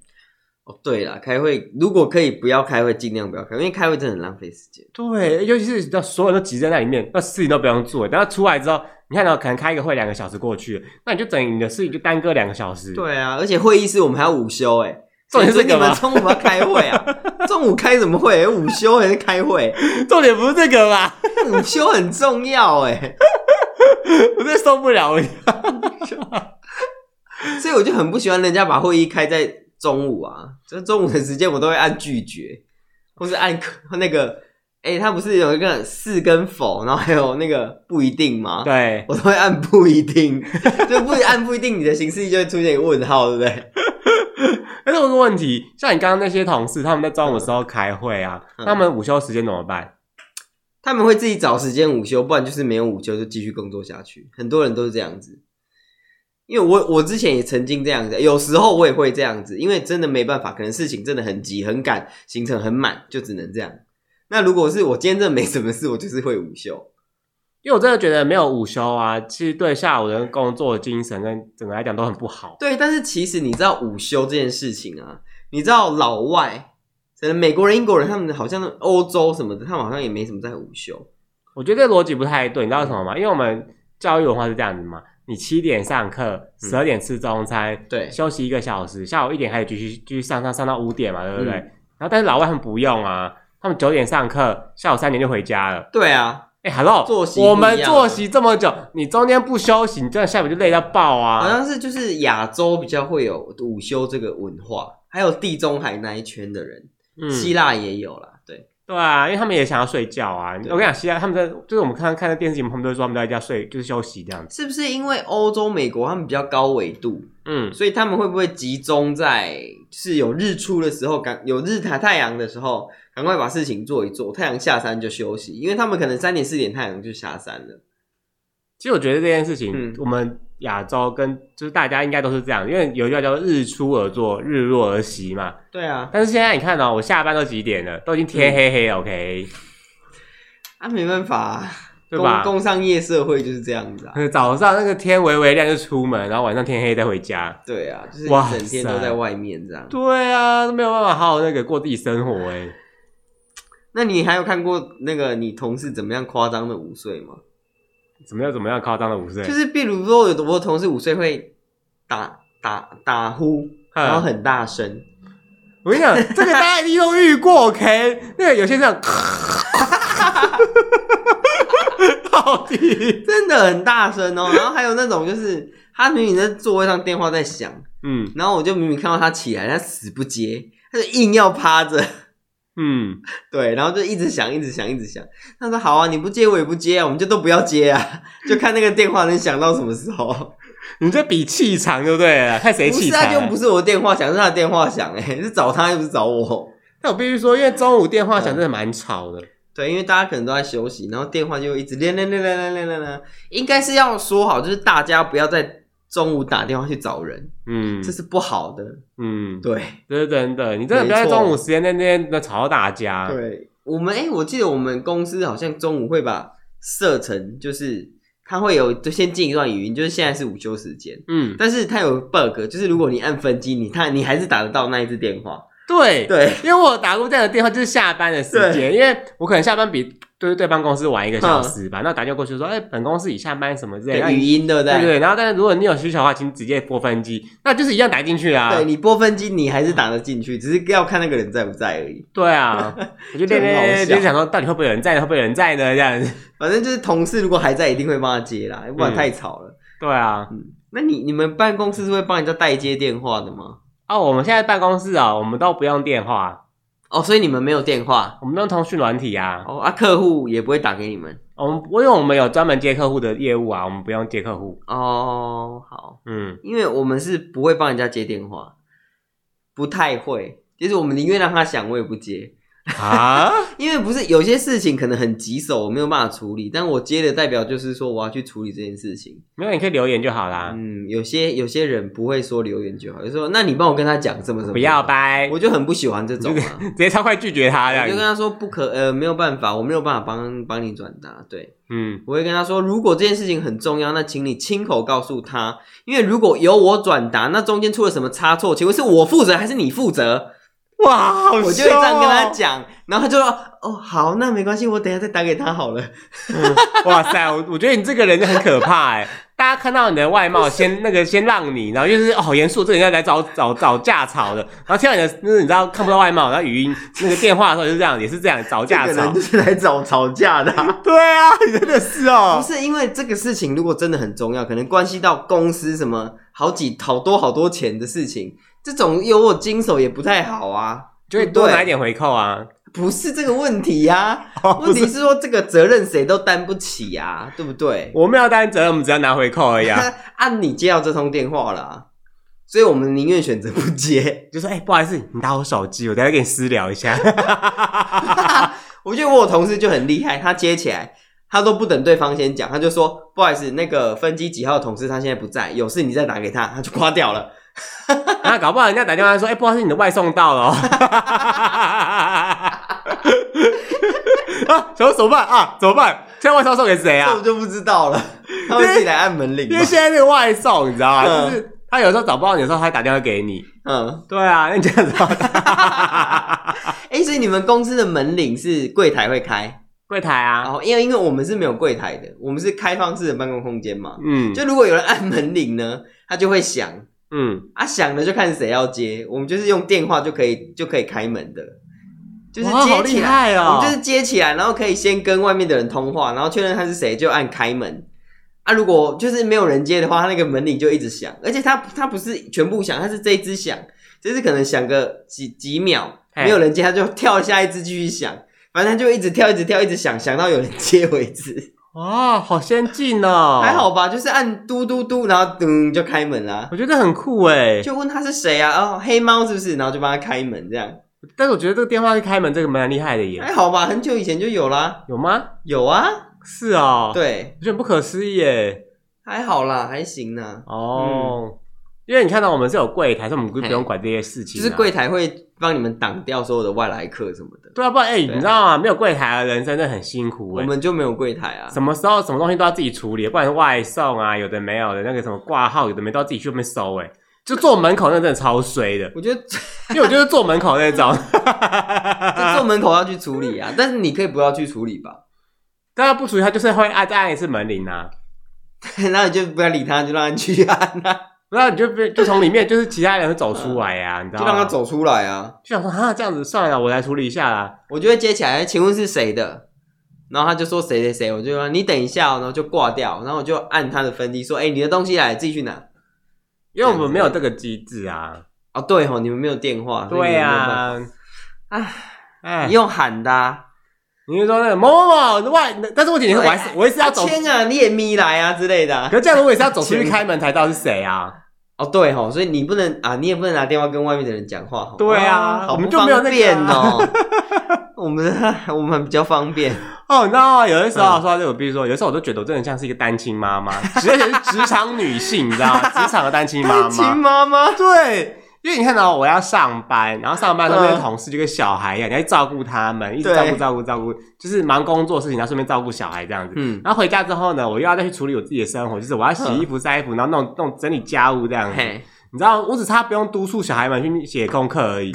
S2: 哦，对了，开会如果可以不要开会，尽量不要开，因为开会真的很浪费时间。
S1: 对，尤其是到所有人都挤在那里面，那事情都不用做。然后出来之后，你看到可能开一个会两个小时过去了，那你就等你的事情就耽搁两个小时。，
S2: 对啊，而且会议室我们还要午休、欸，哎，
S1: 重点是
S2: 你
S1: 干
S2: 们
S1: 嘛？
S2: 中午要开会 啊？中午开什么会？午休还是开会？
S1: 重点不是这个吧？
S2: 午休很重要哎、欸
S1: 我真的受不 了了。
S2: 所以我就很不喜欢人家把会议开在中午啊，就是中午的时间我都会按拒绝，或是按那个，哎、他不是有一个是跟否，然后还有那个不一定吗？
S1: 对，
S2: 我都会按不一定， 就不按不一定，你的形式就会出现一个问号，对不对？
S1: 但是哎我有个问题，像你刚刚那些同事，他们在中午的时候开会啊，
S2: 嗯
S1: 他们午休时间怎么办？
S2: 他们会自己找时间午休，不然就是没有午休就继续工作下去。很多人都是这样子，因为我我之前也曾经这样子，有时候我也会这样子，因为真的没办法，可能事情真的很急很赶，行程很满，就只能这样。那如果是我今天真的没什么事，我就是会午休。
S1: 因为我真的觉得没有午休啊，其实对下午的工作精神跟整个来讲都很不好。
S2: 对，但是其实你知道午休这件事情啊，你知道老外，可能美国人、英国人，他们好像欧洲什么的，他们好像也没什么在午休。
S1: 我觉得这逻辑不太对，你知道为什么吗？因为我们教育文化是这样子嘛，你七点上课，十二点吃中餐，
S2: 嗯对，
S1: 休息一个小时，下午一点还得继续继续上上上到五点嘛，对不对？
S2: 嗯
S1: 然后但是老外他们不用啊，他们九点上课，下午三点就回家了。
S2: 对啊，
S1: 哎、h e l l o
S2: 作息不一样
S1: 我们作息这么久，你中间不休息，你这样下午就累到爆
S2: 好
S1: 啊！
S2: 像是就是亚洲比较会有午休这个文化，还有地中海那一圈的人，
S1: 嗯，
S2: 希腊也有啦，对，
S1: 对啊，因为他们也想要睡觉啊。
S2: 对
S1: 我跟你讲，希腊他们在就是我们看看的电视节目，他们都会说他们都在家睡，就是休息这样子。
S2: 是不是因为欧洲、美国他们比较高纬度，
S1: 嗯，
S2: 所以他们会不会集中在就是有日出的时候，赶有日太太阳的时候，赶快把事情做一做，太阳下山就休息，因为他们可能三点四点太阳就下山了，
S1: 其实我觉得这件事情，
S2: 嗯
S1: 我们亚洲跟就是大家应该都是这样，因为有一句话叫做“日出而作，日落而息”嘛。
S2: 对啊，
S1: 但是现在你看哦，我下班都几点了，都已经天黑黑了、o
S2: 嗯
S1: k
S2: 啊没办法、啊，
S1: 对吧？
S2: 工工商业社会就是这样子啊，
S1: 早上那个天微微亮就出门，然后晚上天黑再回家。
S2: 对啊，就是
S1: 哇
S2: 一整天都
S1: 塞
S2: 在外面这样。
S1: 对啊，都没有办法好好那个过自己生活哎、
S2: 那你还有看过那个你同事怎么样夸张的午睡吗？
S1: 怎么样怎么样夸张的午睡？
S2: 就是比如说，有的我同事午睡会打打打呼，
S1: 嗯
S2: 然后很大声，
S1: 我跟你 讲，这个大家一定都遇过，OK？那个有些这样， 到底，
S2: 真的很大声哦。然后还有那种就是他明明在座位上电话在响，
S1: 嗯
S2: 然后我就明明看到他起来，他死不接，他就硬要趴着，
S1: 嗯，
S2: 对，然后就一直响，一直响，一直响。他说好啊，你不接我也不接啊，我们就都不要接啊，就看那个电话能响到什么时候。
S1: 你这比气场就对了，看谁
S2: 不
S1: 气
S2: 是
S1: 场、
S2: 啊，就不是我的电话响，是他的电话响、欸，哎，是找他又不是找我。
S1: 但我必须说，因为中午电话响真的蛮吵的，
S2: 对，因为大家可能都在休息，然后电话就一直连连连连连连连连，应该是要说好，就是大家不要在中午打电话去找人，
S1: 嗯
S2: 这是不好的。
S1: 嗯，
S2: 对
S1: 这是真的，你真的不要在
S2: 没错
S1: 中午时间在那边那吵到大家，
S2: 对，我们哎、我记得我们公司好像中午会把设成，就是它会有就先进一段语音，就是现在是午休时间，
S1: 嗯，
S2: 但是它有 bug，就是如果你按分机，你它你还是打得到那一支电话。
S1: 对。
S2: 对，
S1: 因为我有打过这样的电话，就是下班的时间，因为我可能下班比对对方公司晚一个小时吧，那我打电话过去说，哎，本公司已下班什么之类的，
S2: 语音嗯对不
S1: 对
S2: 对？
S1: 对对，然后但是如果你有需求的话，请直接拨分机，那就是一样打进去啊，
S2: 对你拨分机，你还是打得进去，只是要看那个人在不在而已。
S1: 对 啊，我就
S2: 这
S1: 练
S2: 很好
S1: 练练，就
S2: 笑
S1: 想说到底会不会有人在，会不会有人在呢？这样子，
S2: 反正就是同事如果还在，一定会帮他接啦，
S1: 嗯
S2: 不然太吵了。
S1: 对啊，
S2: 那你你们办公室是会帮人家代接电话的吗？
S1: 哦，我们现在办公室啊，我们都不用电话，
S2: 哦，所以你们没有电话
S1: 我们都用通讯软体啊，
S2: 哦啊，客户也不会打给你们
S1: 我们因为我们有专门接客户的业务啊，我们不用接客户，
S2: 哦。好，
S1: 嗯，
S2: 因为我们是不会帮人家接电话，不太会。就是我们宁愿让他响，我也不接，
S1: 啊，
S2: 因为不是有些事情可能很棘手，我没有办法处理，但我接的代表就是说我要去处理这件事情。
S1: 没有，你可以留言就好啦，
S2: 嗯，有些有些人不会说留言就好，就说那你帮我跟他讲什么什么，
S1: 不要，掰，
S2: 嗯我就很不喜欢这种 啊，
S1: 直接超快拒绝他这
S2: 我
S1: 样
S2: 就跟
S1: 子，
S2: 他说不可，呃，没有办法，我没有办法帮帮你转达，对
S1: 嗯，
S2: 我会跟他说，如果这件事情很重要，那请你亲口告诉他，因为如果由我转达，那中间出了什么差错，请问是我负责还是你负责？
S1: 哇，好
S2: 我就会这样跟他讲，然后他就说，哦，好，那没关系，我等一下再打给他好了。
S1: 讲， 哇塞，我我觉得你这个人就很可怕 哎、大家看到你的外貌，先那个先让你，然后就是哦，好严肃，这人家来找找找架吵的。然后听到你的，就是你知道看不到外貌，然后语音那个电话的时候就是这样，也是这样找
S2: 这
S1: 架
S2: 个
S1: 吵
S2: 人就。是来找吵架的啊、
S1: 对啊，你真的是哦
S2: 不。 是因为这个事情，如果真的很重要，可能关系到公司什么好几好多好多钱的事情，这种有我经手也不太好啊。
S1: 就会多拿一点回扣啊。
S2: 不是这个问题呀、
S1: 哦
S2: 问题是说这个责任谁都担不起呀、对不对？
S1: 我们要担责任，我们只要拿回扣而已 啊。
S2: 啊，你接到这通电话了啊、所以我们宁愿选择不接。
S1: 就说哎、不好意思，你打我手机，我等下跟你私聊一下。
S2: 我觉得我有同事就很厉害，他接起来，他都不等对方先讲，他就说不好意思，那个分机几号的同事他现在不在，有事你再打给他，他就挂掉了。
S1: 然后搞不好人家打电话说，哎、不好意思，你的外送到了、 哦。 啊，怎么怎么办啊？怎么办？现在外送送给谁
S2: 这
S1: 啊
S2: 我？就不知 道了，他会自己来按门铃吧
S1: 因为。现在那个外送，你知道吗？
S2: 嗯
S1: 就是他有时候找不到你的时候，他还打电话给你。
S2: 嗯，
S1: 对啊，那你这样子哦，
S2: 哎、所以你们公司的门铃是柜台会开，
S1: 柜台啊
S2: 然，后因为因为我们是没有柜台的，我们是开放式的办公空间嘛，
S1: 嗯，
S2: 就如果有人按门铃呢， 它就会响
S1: 嗯，
S2: 啊，响了就看谁要接，我们就是用电话就可以就可以开门的，就是
S1: 哇好
S2: 接起
S1: 厉
S2: 来，
S1: 害
S2: 我
S1: 哦
S2: 们，就是接起来，然后可以先跟外面的人通话，然后确认他是谁就按开门。啊，如果就是没有人接的话，它那个门铃就一直响，而且它它不是全部响，它是这一只响，就是可能响个几几秒，
S1: 嘿
S2: 没有人接，它就跳下一只继续响，反正它就一直跳，一直跳，一直响，响到有人接为止。
S1: 哇，好先进哦，
S2: 还好吧，就是按嘟嘟嘟，然后噔就开门啦、
S1: 我觉得很酷哎，
S2: 就问他是谁啊？哦，黑猫是不是？然后就帮他开门，这样
S1: 但是我觉得这个电话开门这个蛮厉害的耶，
S2: 还好吧？很久以前就有啦，
S1: 有吗？
S2: 有啊，
S1: 是哦，，
S2: 对，
S1: 我觉得很不可思议耶。
S2: 还好啦，还行啦。
S1: 哦，因为你看到我们是有柜台，所以我们不不
S2: 嘿
S1: 用管这些事情、
S2: 就
S1: 啊，
S2: 是柜。台会帮你们挡掉所有的外来客什么的，
S1: 对啊，不然哎、你
S2: 对
S1: 知道吗？没有柜台的人真的很辛苦
S2: 我
S1: 哎、
S2: 们就没有柜台啊。，
S1: 什么时候什么东西都要自己处理，不然外送啊，有的没有的，那个什么挂号，有的没都要自己去那边收哎、就坐门口那真的超衰的
S2: 我觉得这
S1: 因为我就是坐门口那种，
S2: 这坐门口要去处理啊，但是你可以不要去处理吧，
S1: 但他不处理，他就是会按再按一次门铃啊，
S2: 那你就不要理他，就让他去按啊，
S1: 不然你就被就从里面就是其他人会走出来呀、你知道
S2: 就
S1: 吗？
S2: 让他走出来啊。
S1: 就想说哈，这样子算了，我来处理一下啦。
S2: 我就会接起来，请问是谁的？然后他就说谁谁谁，我就说你等一下、哦，然后就挂掉，然后我就按他的分机说，哎、你的东西来，自己去拿。
S1: 因为我们没有这个机制啊。
S2: 哦，对吼，你们没有电话，所以
S1: 对啊
S2: 你们没有办法
S1: 呀、啊，
S2: 唉
S1: 哎
S2: 你，用喊的啊、
S1: 你就说那个某某某外，但是问题是我还是我还是要
S2: 阿
S1: 走，
S2: 谦啊，你也咪来啊之类的啊、
S1: 可是这样我也是要走出去开门才知道是谁啊。
S2: 哦，对哦，所以你不能啊，你也不能拿电话跟外面的人讲话哦。
S1: 对啊
S2: 哇好
S1: 我们
S2: 不
S1: 就没有那
S2: 方
S1: 个啊
S2: 便哦。我们我们比较方便，
S1: 哦，你知道吗？有的时
S2: 嗯
S1: 候啊说到这个，比如说有的时候我都觉得我真的像是一个单亲妈妈，而且是职场女性，你知道吗？职场的单亲妈
S2: 亲
S1: 妈。
S2: 妈妈。
S1: 对，因为你看到我要上班，然后上班的那些
S2: 嗯
S1: 同事就跟小孩一样，你要去照顾他们，一直
S2: 对
S1: 照顾照顾照顾，就是忙工作的事情，然后顺便照顾小孩这样子。
S2: 嗯，
S1: 然后回家之后呢，我又要再去处理我自己的生活，就是我要洗衣服、晒衣服，然后弄弄整理家务这样子。
S2: 嘿，
S1: 你知道，我只差不用督促小孩们去写功课 而已。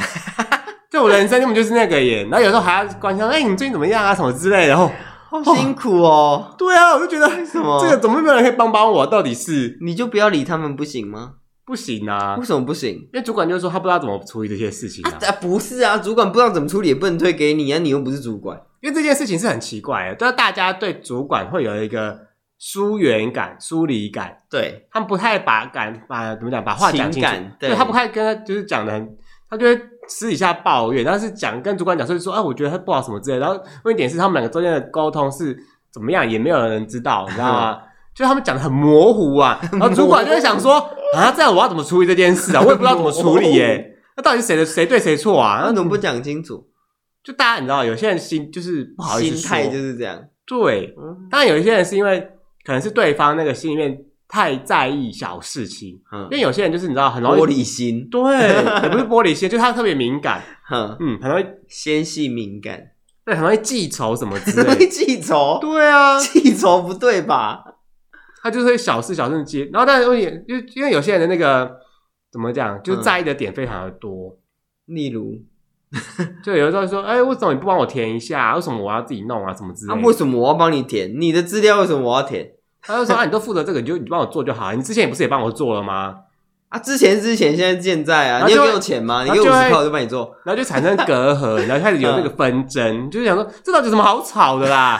S1: 就我人生根本就是那个耶，然后有时候还要关心，哎、你最近怎么样啊，什么之类的。哦，
S2: 好辛苦哦。
S1: 对啊，我就觉得
S2: 什么
S1: 这个怎么没有人可以帮帮我？到底是
S2: 你就不要理他们不行吗？
S1: 不行啊
S2: 为，什么不行？
S1: 因为主管就说他不知道怎么处理这些事情
S2: 啊
S1: 啊，
S2: 啊，不是啊，主管不知道怎么处理，也不能推给你啊，你又不是主管。
S1: 因为这件事情是很奇怪的，就是大家对主管会有一个疏远感、疏离感，
S2: 对，
S1: 他们不太把感把怎么讲把话讲清
S2: 情
S1: 楚
S2: 感，对
S1: 对他不太跟他就是讲的很，他就会私底下抱怨，但是讲跟主管讲，所以说，哎、我觉得他不好什么之类的。然后问题点是他们两个中间的沟通是怎么样，也没有人知道，你知道吗？就他们讲的很模糊啊，然后主管就会想说啊，这样我要怎么处理这件事啊？我也不知道怎么处理耶、 那到底是谁的谁对谁错啊？
S2: 啊，
S1: 然
S2: 怎
S1: 后
S2: 么不讲清楚？
S1: 就大家你知道，有些人心就是不好意思
S2: 心
S1: 说，
S2: 态就是这样。
S1: 对。
S2: 嗯
S1: 当然有一些人是因为可能是对方那个心里面太在意小事情，因为有些人就是你知道很容易
S2: 嗯玻璃心，
S1: 对，也不是玻璃心，就是他特别敏感，
S2: 哼，
S1: 嗯，很容易
S2: 纤细敏感，
S1: 对，很容易记仇什么之
S2: 怎么
S1: 类
S2: 会
S1: 的。
S2: 记仇？
S1: 对啊，
S2: 记仇不对吧？
S1: 他就是会小事小事记，然后但是问题就因为有些人的那个怎么讲，就是在意的点非常的多，
S2: 例如，
S1: 就有的时候说，哎、为什么你不帮我填一下？为什么我要自己弄啊？什么之类
S2: 啊，
S1: 的。
S2: 为什么我要帮你填？你的资料为什么我要填？
S1: 他就说，啊，你都负责这个，你就你帮我做就好。你之前也不是也帮我做了吗？
S2: 啊，之前是之前，现在是现在
S1: 然
S2: 啊，
S1: 后
S2: 你有
S1: 就
S2: 给
S1: 会
S2: 我钱吗？你
S1: 然后
S2: 给我五
S1: 就
S2: 十
S1: 会
S2: 块，我就帮你做。
S1: 然后就产生隔阂，然后开始有那个纷争，就是想说，这到底有什么好吵的啦？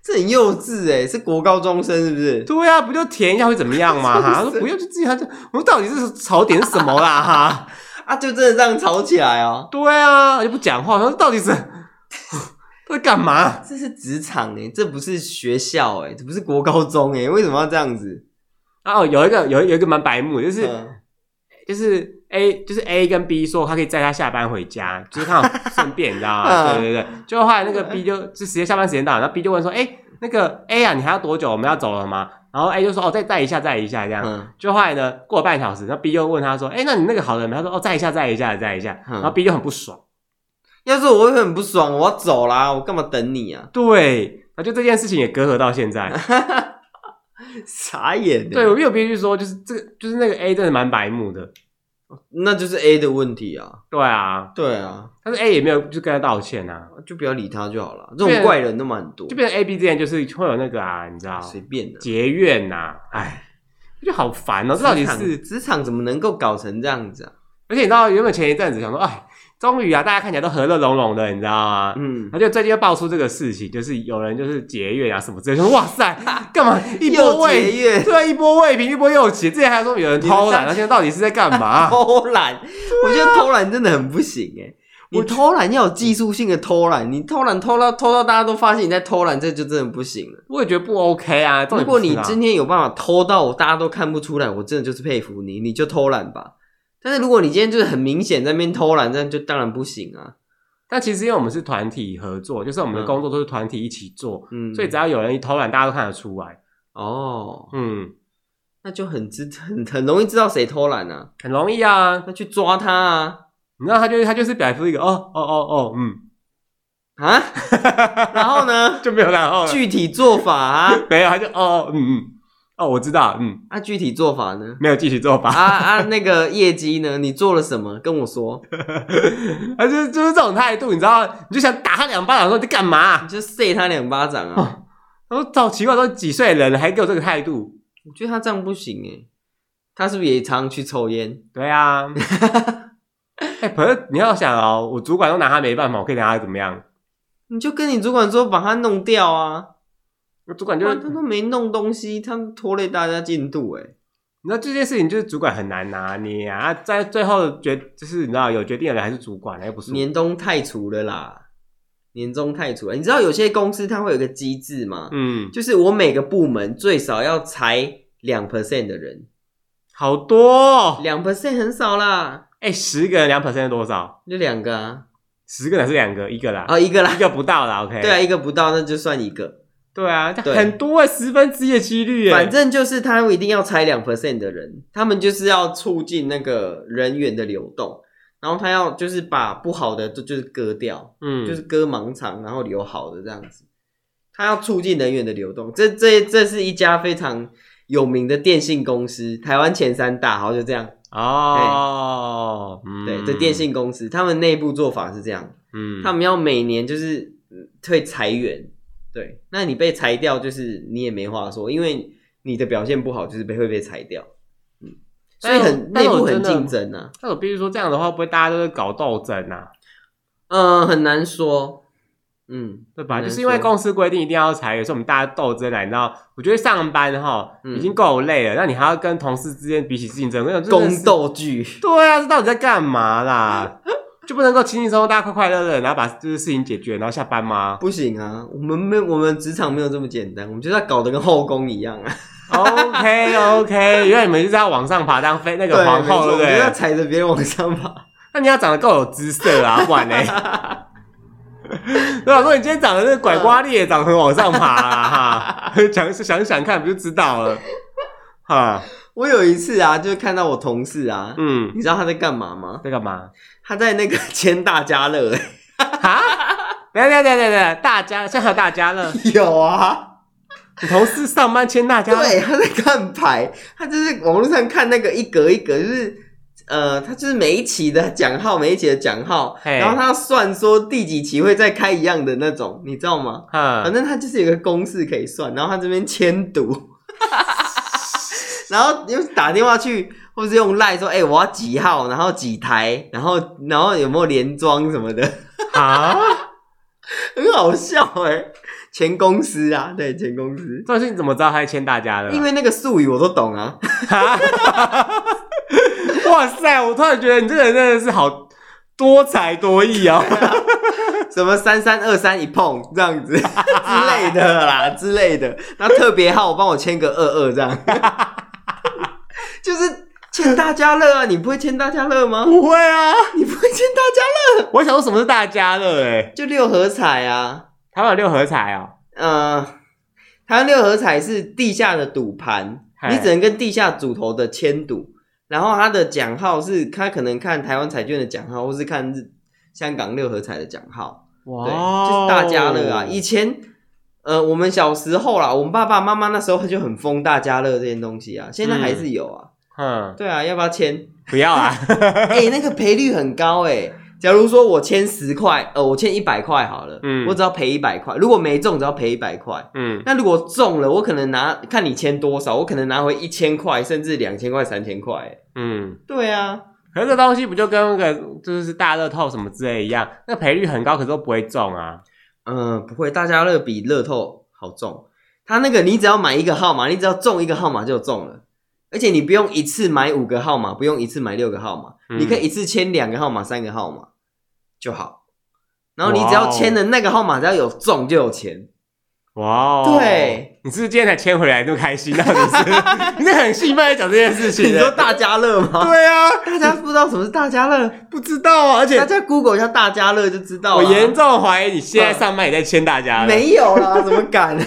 S2: 这很幼稚哎，是国高中生是不是？
S1: 对啊，不就填一下会怎么样嘛？哈，他说
S2: 是
S1: 不用就自己，他就我们到底是槽点是什么啦？哈，
S2: 啊，就真的这样吵起来哦。
S1: 对啊，就不讲话，他说到底是 他在干嘛？
S2: 这是职场哎，这不是学校哎，这不是国高中哎，为什么要这样子？
S1: 然后啊哦有一个有有一个蛮白目的，就是、
S2: 嗯
S1: 就是 A 就是 A 跟 B 说他可以载他下班回家，就是看好顺便，你知道吗？
S2: 嗯
S1: 对对对，就后来那个 B 就就时间下班时间到了，然后 B 就问说，哎、那个 A 啊，你还要多久？我们要走了吗？然后 A 就说，哦，再载一下，载一下这样。
S2: 嗯
S1: 就后来呢，过了半小时，那 B 又问他说：“哎、那你那个好了没？”他说：“哦，再一下，再一下，再一下。”
S2: 嗯
S1: 然后 B 就很不爽，
S2: 要是我会很不爽，我要走啦，我干嘛等你啊？
S1: 对，那就这件事情也隔阂到现在。
S2: 傻眼欸，
S1: 对，我没有必须说，就是这个，就是那个 A 真的蛮白目的。
S2: 那就是 A 的问题啊。
S1: 对啊，
S2: 对啊，
S1: 但是 A 也没有就跟他道歉啊，
S2: 就不要理他就好了。这种
S1: 对
S2: 怪人都蛮多
S1: 就，变成 A B 之间就是会有那个啊，你知道
S2: 随便的。
S1: 结怨呐、啊，哎，我觉得好烦哦、这到底
S2: 职
S1: 是
S2: 场，职场怎么能够搞成这样子啊？
S1: 而且你知道，原本前一阵子想说，哎，终于啊，大家看起来都和乐融融的，你知道吗？
S2: 嗯
S1: 然，后就最近又爆出这个事情，就是有人就是结怨啊什么之类的，说哇塞，干嘛一波
S2: 又
S1: 未
S2: 节约
S1: 对啊，一波未平一波又起，之前还说有人偷懒，
S2: 你们上
S1: 那现在到底是在干嘛？啊
S2: 偷懒，我觉得偷懒真的很不行哎。你
S1: 我
S2: 偷懒要有技术性的偷懒，你偷懒偷到偷到大家都发现你在偷懒，这就真的不行了。
S1: 我也觉得不 OK 啊。重
S2: 如
S1: 点
S2: 果
S1: 不是
S2: 你
S1: 啊
S2: 今天有办法偷到我大家都看不出来，我真的就是佩服你，你就偷懒吧。但是如果你今天就是很明显在那边偷懒，这样就当然不行啊。
S1: 但其实因为我们是团体合作，就是我们的
S2: 嗯
S1: 工作都是团体一起做，
S2: 嗯，
S1: 所以只要有人一偷懒，大家都看得出来。
S2: 哦，
S1: 嗯，
S2: 那就很知很很容易知道谁偷懒啊，
S1: 很容易啊。
S2: 那去抓他啊
S1: 你知道他就是他就是表出一个哦哦哦哦，嗯，
S2: 啊！然后呢，
S1: 就没有然后了，
S2: 具体做法啊，
S1: 没有他就哦哦嗯嗯哦我知道嗯，
S2: 啊具体做法呢？
S1: 没有继续做吧。
S2: 啊啊，那个业绩呢？你做了什么？跟我说，
S1: 啊，就是就是这种态度，你知道，你就想打他两巴掌，说你在干嘛、
S2: 你就塞他两巴掌啊！
S1: 然后找奇怪，都几岁人了还给我这个态度？
S2: 我觉得他这样不行哎，他是不是也常去抽烟？
S1: 对 啊，哎、可是你要想哦，我主管都拿他没办法，我可以拿他怎么样？
S2: 你就跟你主管说把他弄掉啊！
S1: 我主管
S2: 不
S1: 就
S2: 然他都没弄东西，他们拖累大家进度哎。
S1: 你知道这件事情就是主管很难拿捏啊，啊在最后决就是你知道有决定的人还是主管，又不是我
S2: 年终太除了啦，年终太除啊，你知道有些公司它会有个机制吗？
S1: 嗯，
S2: 就是我每个部门最少要裁两 percent 的人，
S1: 好多、哦，
S2: 两 percent 很少啦，
S1: 哎、十个人两 percent 多少？
S2: 就两个啊，
S1: 十个人还是两个，一个啦，
S2: 哦一个啦
S1: 一，个不到啦，OK，
S2: 对啊，一个不到那就算一个，
S1: 对啊，
S2: 对
S1: 很多啊，十分之一的几率欸耶，
S2: 反正就是他们一定要裁两 percent 的人，他们就是要促进那个人员的流动，然后他要就是把不好的就就是割掉，
S1: 嗯，
S2: 就是割盲肠，然后留好的这样子。他要促进人员的流动，这这这是一家非常有名的电信公司，台湾前三大，好就这样。
S1: 哦，嗯
S2: 对，这电，信公司他们内部做法是这样，
S1: 嗯，
S2: 他们要每年就是嗯会裁员。对，那你被裁掉，就是你也没话说，因为你的表现不好，就是被会被裁掉。嗯，所以很
S1: 但
S2: 内
S1: 是我
S2: 部很
S1: 但是我真
S2: 竞
S1: 的
S2: 争啊。
S1: 但我必须说，这样的话，会不会大家都是搞斗争啊？
S2: 嗯，很难说。嗯，
S1: 对吧？
S2: 很难
S1: 就是因为
S2: 说
S1: 公司规定一定要裁员，所以我们大家斗争来。你知道，我觉得上班哈
S2: 嗯
S1: 已经够累了，那你还要跟同事之间比起竞争，那种真的是
S2: 宫斗剧。
S1: 对啊，这到底在干嘛啦？ 就不能够轻轻松松，大家快快乐乐，然后把这个事情解决，然后下班吗？
S2: 不行啊，我们没有我们职场没有这么简单，我们就是要搞得跟后宫一样 啊。
S1: OK OK，原来你们就是要往上爬当妃那个皇后，对嗯不
S2: 没错我们就要
S1: 对？
S2: 踩着别人往上爬。
S1: 那你要长得够有姿色啊，不然 呢？对吧？如果你今天长得是拐瓜裂，长得很往上爬啊，哈， 想想想看，不就知道了？哈，
S2: 我有一次啊，就是看到我同事啊，
S1: 嗯，
S2: 你知道他在干嘛吗？
S1: 在干嘛？
S2: 他在那个签大家乐、欸
S1: 哈？等一下等一下等一下等一下，大家现在还 有大家 乐，
S2: 有啊，
S1: 你同事上班签大家乐，
S2: 对，他在看牌，他就是网络上看那个一格一格，就是。呃，他就是每一期的奖号，每一期的奖号，
S1: 嘿
S2: 然后他要算说第几期会再开一样的那种，你知道吗？
S1: 哈
S2: 反，正他就是有个公式可以算，然后他这边签读， 然后又打电话去，或是用赖说，哎、我要几号，然后几台，然后然后有没有连装什么的，
S1: 啊。
S2: 很好笑哎、前公司啊，对，前公司，
S1: 这是你怎么知道他在签大家的啦？
S2: 因为那个术语我都懂啊，
S1: 哈，哇塞！我突然觉得你这个人真的是好多才多艺 哦。
S2: 啊什么三三二三一碰这样子 之类的啦，之类的，然后特别号帮我签个二二这样， 就是欠大家乐啊，你不会欠大家乐吗？
S1: 不会啊，
S2: 你不会欠大家乐？
S1: 我还想说什么是大家乐哎，
S2: 就六合彩啊，
S1: 台湾有六合彩哦。
S2: 呃，台湾六合彩是地下的赌盘，
S1: 嗨
S2: 你只能跟地下主头的签赌，然后他的奖号是，他可能看台湾彩券的奖号，或是看日香港六合彩的奖号，对，
S1: 哦
S2: 就是大家乐啊。以前，呃，我们小时候啦，我们爸爸妈妈那时候就很疯大家乐这件东西啊，现在还是有啊。
S1: 嗯哼，
S2: 对啊，要不要签？
S1: 不要 啊，
S2: 哎、那个赔率很高哎、假如说我签十块，呃，我签一百块好了，
S1: 嗯
S2: 我只要赔一百块。如果没中，只要赔一百块。
S1: 嗯，
S2: 那如果中了，我可能拿看你签多少，我可能拿回一千块，甚至两千块、三千块欸。
S1: 嗯。
S2: 对啊，
S1: 可是这东西不就跟那个就是大乐透什么之类一样，那赔率很高，可是都不会中啊。
S2: 嗯、不会，大家乐比乐透好中。他那个你只要买一个号码，你只要中一个号码就中了，而且你不用一次买五个号码，不用一次买六个号码，
S1: 嗯
S2: 你可以一次签两个号码、三个号码就好。然后你只
S1: 哇
S2: 要
S1: 哦
S2: 签的那个号码，只要有中就有 钱。
S1: 哇哦，
S2: 对，
S1: 你是不是今天才签回来那么开心？到底 是你是很兴奋在讲这件事情？
S2: 你说大家乐吗？
S1: 对啊，
S2: 大家不知道什么是大家乐，
S1: 不知道啊，而且
S2: 大家 Google 一下大家乐就知道
S1: 我
S2: 了。啊
S1: 严重怀疑你现在上班也在签大家了，
S2: 没有啦，怎么 敢？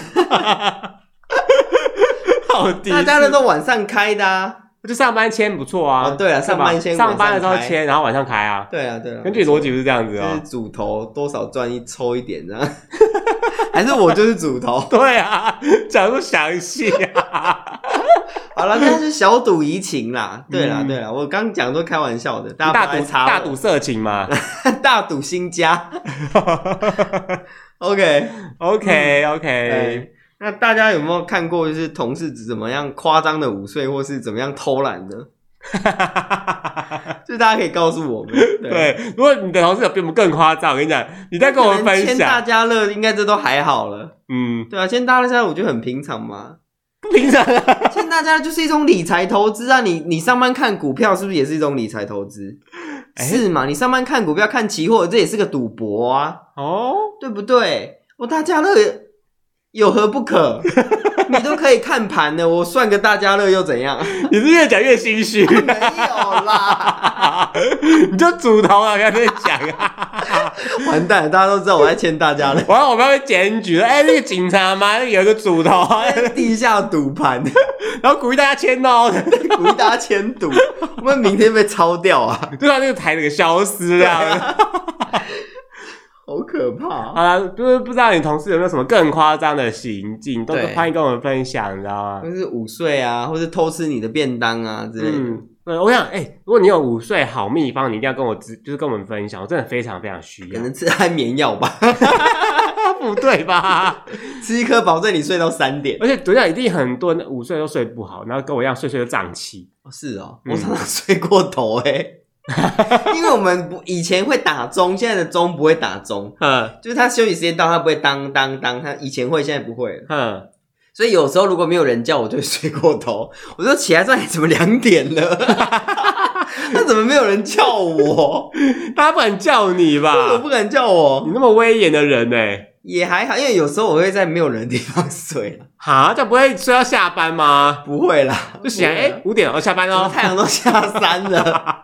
S1: 好低，
S2: 大家乐都晚上开的啊。
S1: 就上班签不错啊。
S2: 哦对啊
S1: 是吧
S2: 上班签
S1: 上班的时候
S2: 晚上开
S1: 签，然后晚上开啊。
S2: 对啊，对啊。
S1: 根据逻辑不是这样子
S2: 就
S1: 哦
S2: 是。主头多少赚一抽一点这样， 还是我就是主头？
S1: 对啊，讲不详细啊。
S2: 好了，那就是小赌怡情啦。对啦，
S1: 嗯
S2: 对啦，我刚讲都开玩笑的，大家
S1: 大
S2: 不要
S1: 赌
S2: 来查我
S1: 大赌色情 嘛。
S2: 大赌新家。OK，
S1: OK OK，
S2: 对。那大家有没有看过，就是同事怎么样夸张的午睡，或是怎么样偷懒呢？ 就大家可以告诉我们。对，
S1: 对。如果你的同事有比我们更夸张，我跟你讲，你再跟我们分
S2: 签大
S1: 享。
S2: 家乐，应该这都还好了。
S1: 嗯，
S2: 对啊，签大家乐我觉得很平常嘛。
S1: 平常啊
S2: 签大家乐就是一种理财投资啊，你你上班看股票是不是也是一种理财投资？
S1: 哎
S2: 是嘛？你上班看股票、看期货，这也是个赌博啊，
S1: 哦，
S2: 对不对？我大家乐有何不可？你都可以看盘的，我算个大家乐又怎样？
S1: 你是越讲越心虚，
S2: 没有啦，
S1: 你就主头啊，不要再讲啊。 ，
S2: 完蛋了，大家都知道我在欠大家乐
S1: 完了，我们要被检举了。哎、那个警察嘛，那个有一个主头啊，
S2: 地下赌盘，
S1: 然后鼓励大家签到 的，
S2: 鼓励大家签赌，我们明天被抄掉啊，
S1: 就让那个台那个消失这样。
S2: 好可怕。
S1: 好啦，就是不知道你同事有没有什么更夸张的行径，都
S2: 对嗯
S1: 欢迎跟我们分享，你知道吗？
S2: 或是午睡啊，或是偷吃你的便当啊之类的。
S1: 嗯，对，我想，哎、如果你有午睡好秘方，你一定要跟我知，就是跟我们分享，我真的非常非常需
S2: 可
S1: 要。
S2: 能吃安眠药吧，
S1: 不对吧？
S2: 吃一颗保证你睡到三点。
S1: 而且我想一定很多人午睡都睡不好，然后跟我一样睡睡就胀气。
S2: 哦是哦，
S1: 嗯
S2: 我常常睡过头哎、 因为我们不以前会打钟，现在的钟不会打钟，
S1: 嗯
S2: 就是他休息时间到，他不会当当当，他以前会，现在不会了。
S1: 嗯，
S2: 所以有时候如果没有人叫，我就会睡过头， 我就起来说：“哎，怎么两点了？ 他怎么没有人叫 我？为
S1: 大家不敢叫你
S2: 什么
S1: 吧
S2: 不？敢叫我
S1: 你？那么威严的人呢、
S2: 也还好，因为有时候我会在没有人的地方睡啦
S1: 哈，这样不会睡到下班吗？
S2: 不欸会啦，
S1: 就醒来， 哎、五点我、哦、下班
S2: 怎么
S1: 喽。
S2: 太阳都下山 了。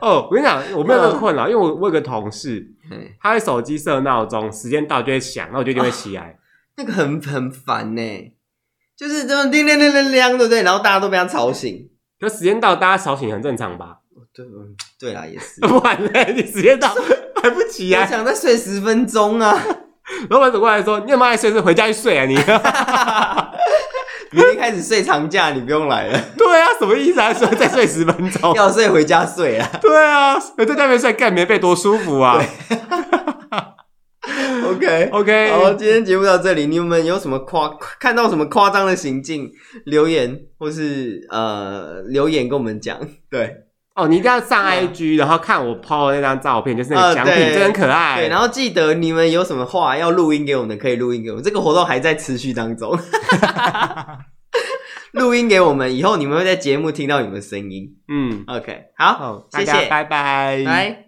S1: 哦，我跟你讲，我没有那个困扰，因为我我有个同事，
S2: 嗯
S1: 他会手机设闹钟，时间到就会响，那我就一定会起来。
S2: 那个很很烦呢、就是这么叮铃铃铃铃，对不对？然后大家都被他吵醒。
S1: 就时间到，大家吵醒很正常吧？
S2: 对嗯对啦，也 是。
S1: 不然嘞，你时间 到还不啊起
S2: 我
S1: 来，
S2: 想再睡十分钟啊！
S1: 老板走过来说：“你有没有爱睡？是回家去睡啊你？”
S2: 明天开始睡长假，你不用来了，
S1: 对啊，什么意思啊？说再睡十分钟？
S2: 要睡回家睡啊。
S1: 对啊，在家里面睡盖棉被多舒服啊。
S2: OK，
S1: OK，
S2: 好，今天节目到这里，你们有什么夸看到什么夸张的行径，留言或是呃留言跟我们讲。对
S1: 哦，你一定要上
S2: 嗯
S1: IG，然后看我 PO 的那张照片，就是那个
S2: 呃
S1: 奖品，
S2: 对
S1: 真的很可爱。
S2: 对，然后记得你们有什么话要录音给我们的，可以录音给我们。这个活动还在持续当 中。录音给我们，以后你们会在节目听到你们的声音。
S1: 嗯，
S2: OK，好，
S1: 好，大
S2: 谢
S1: 家
S2: 谢，
S1: 拜拜，
S2: 拜。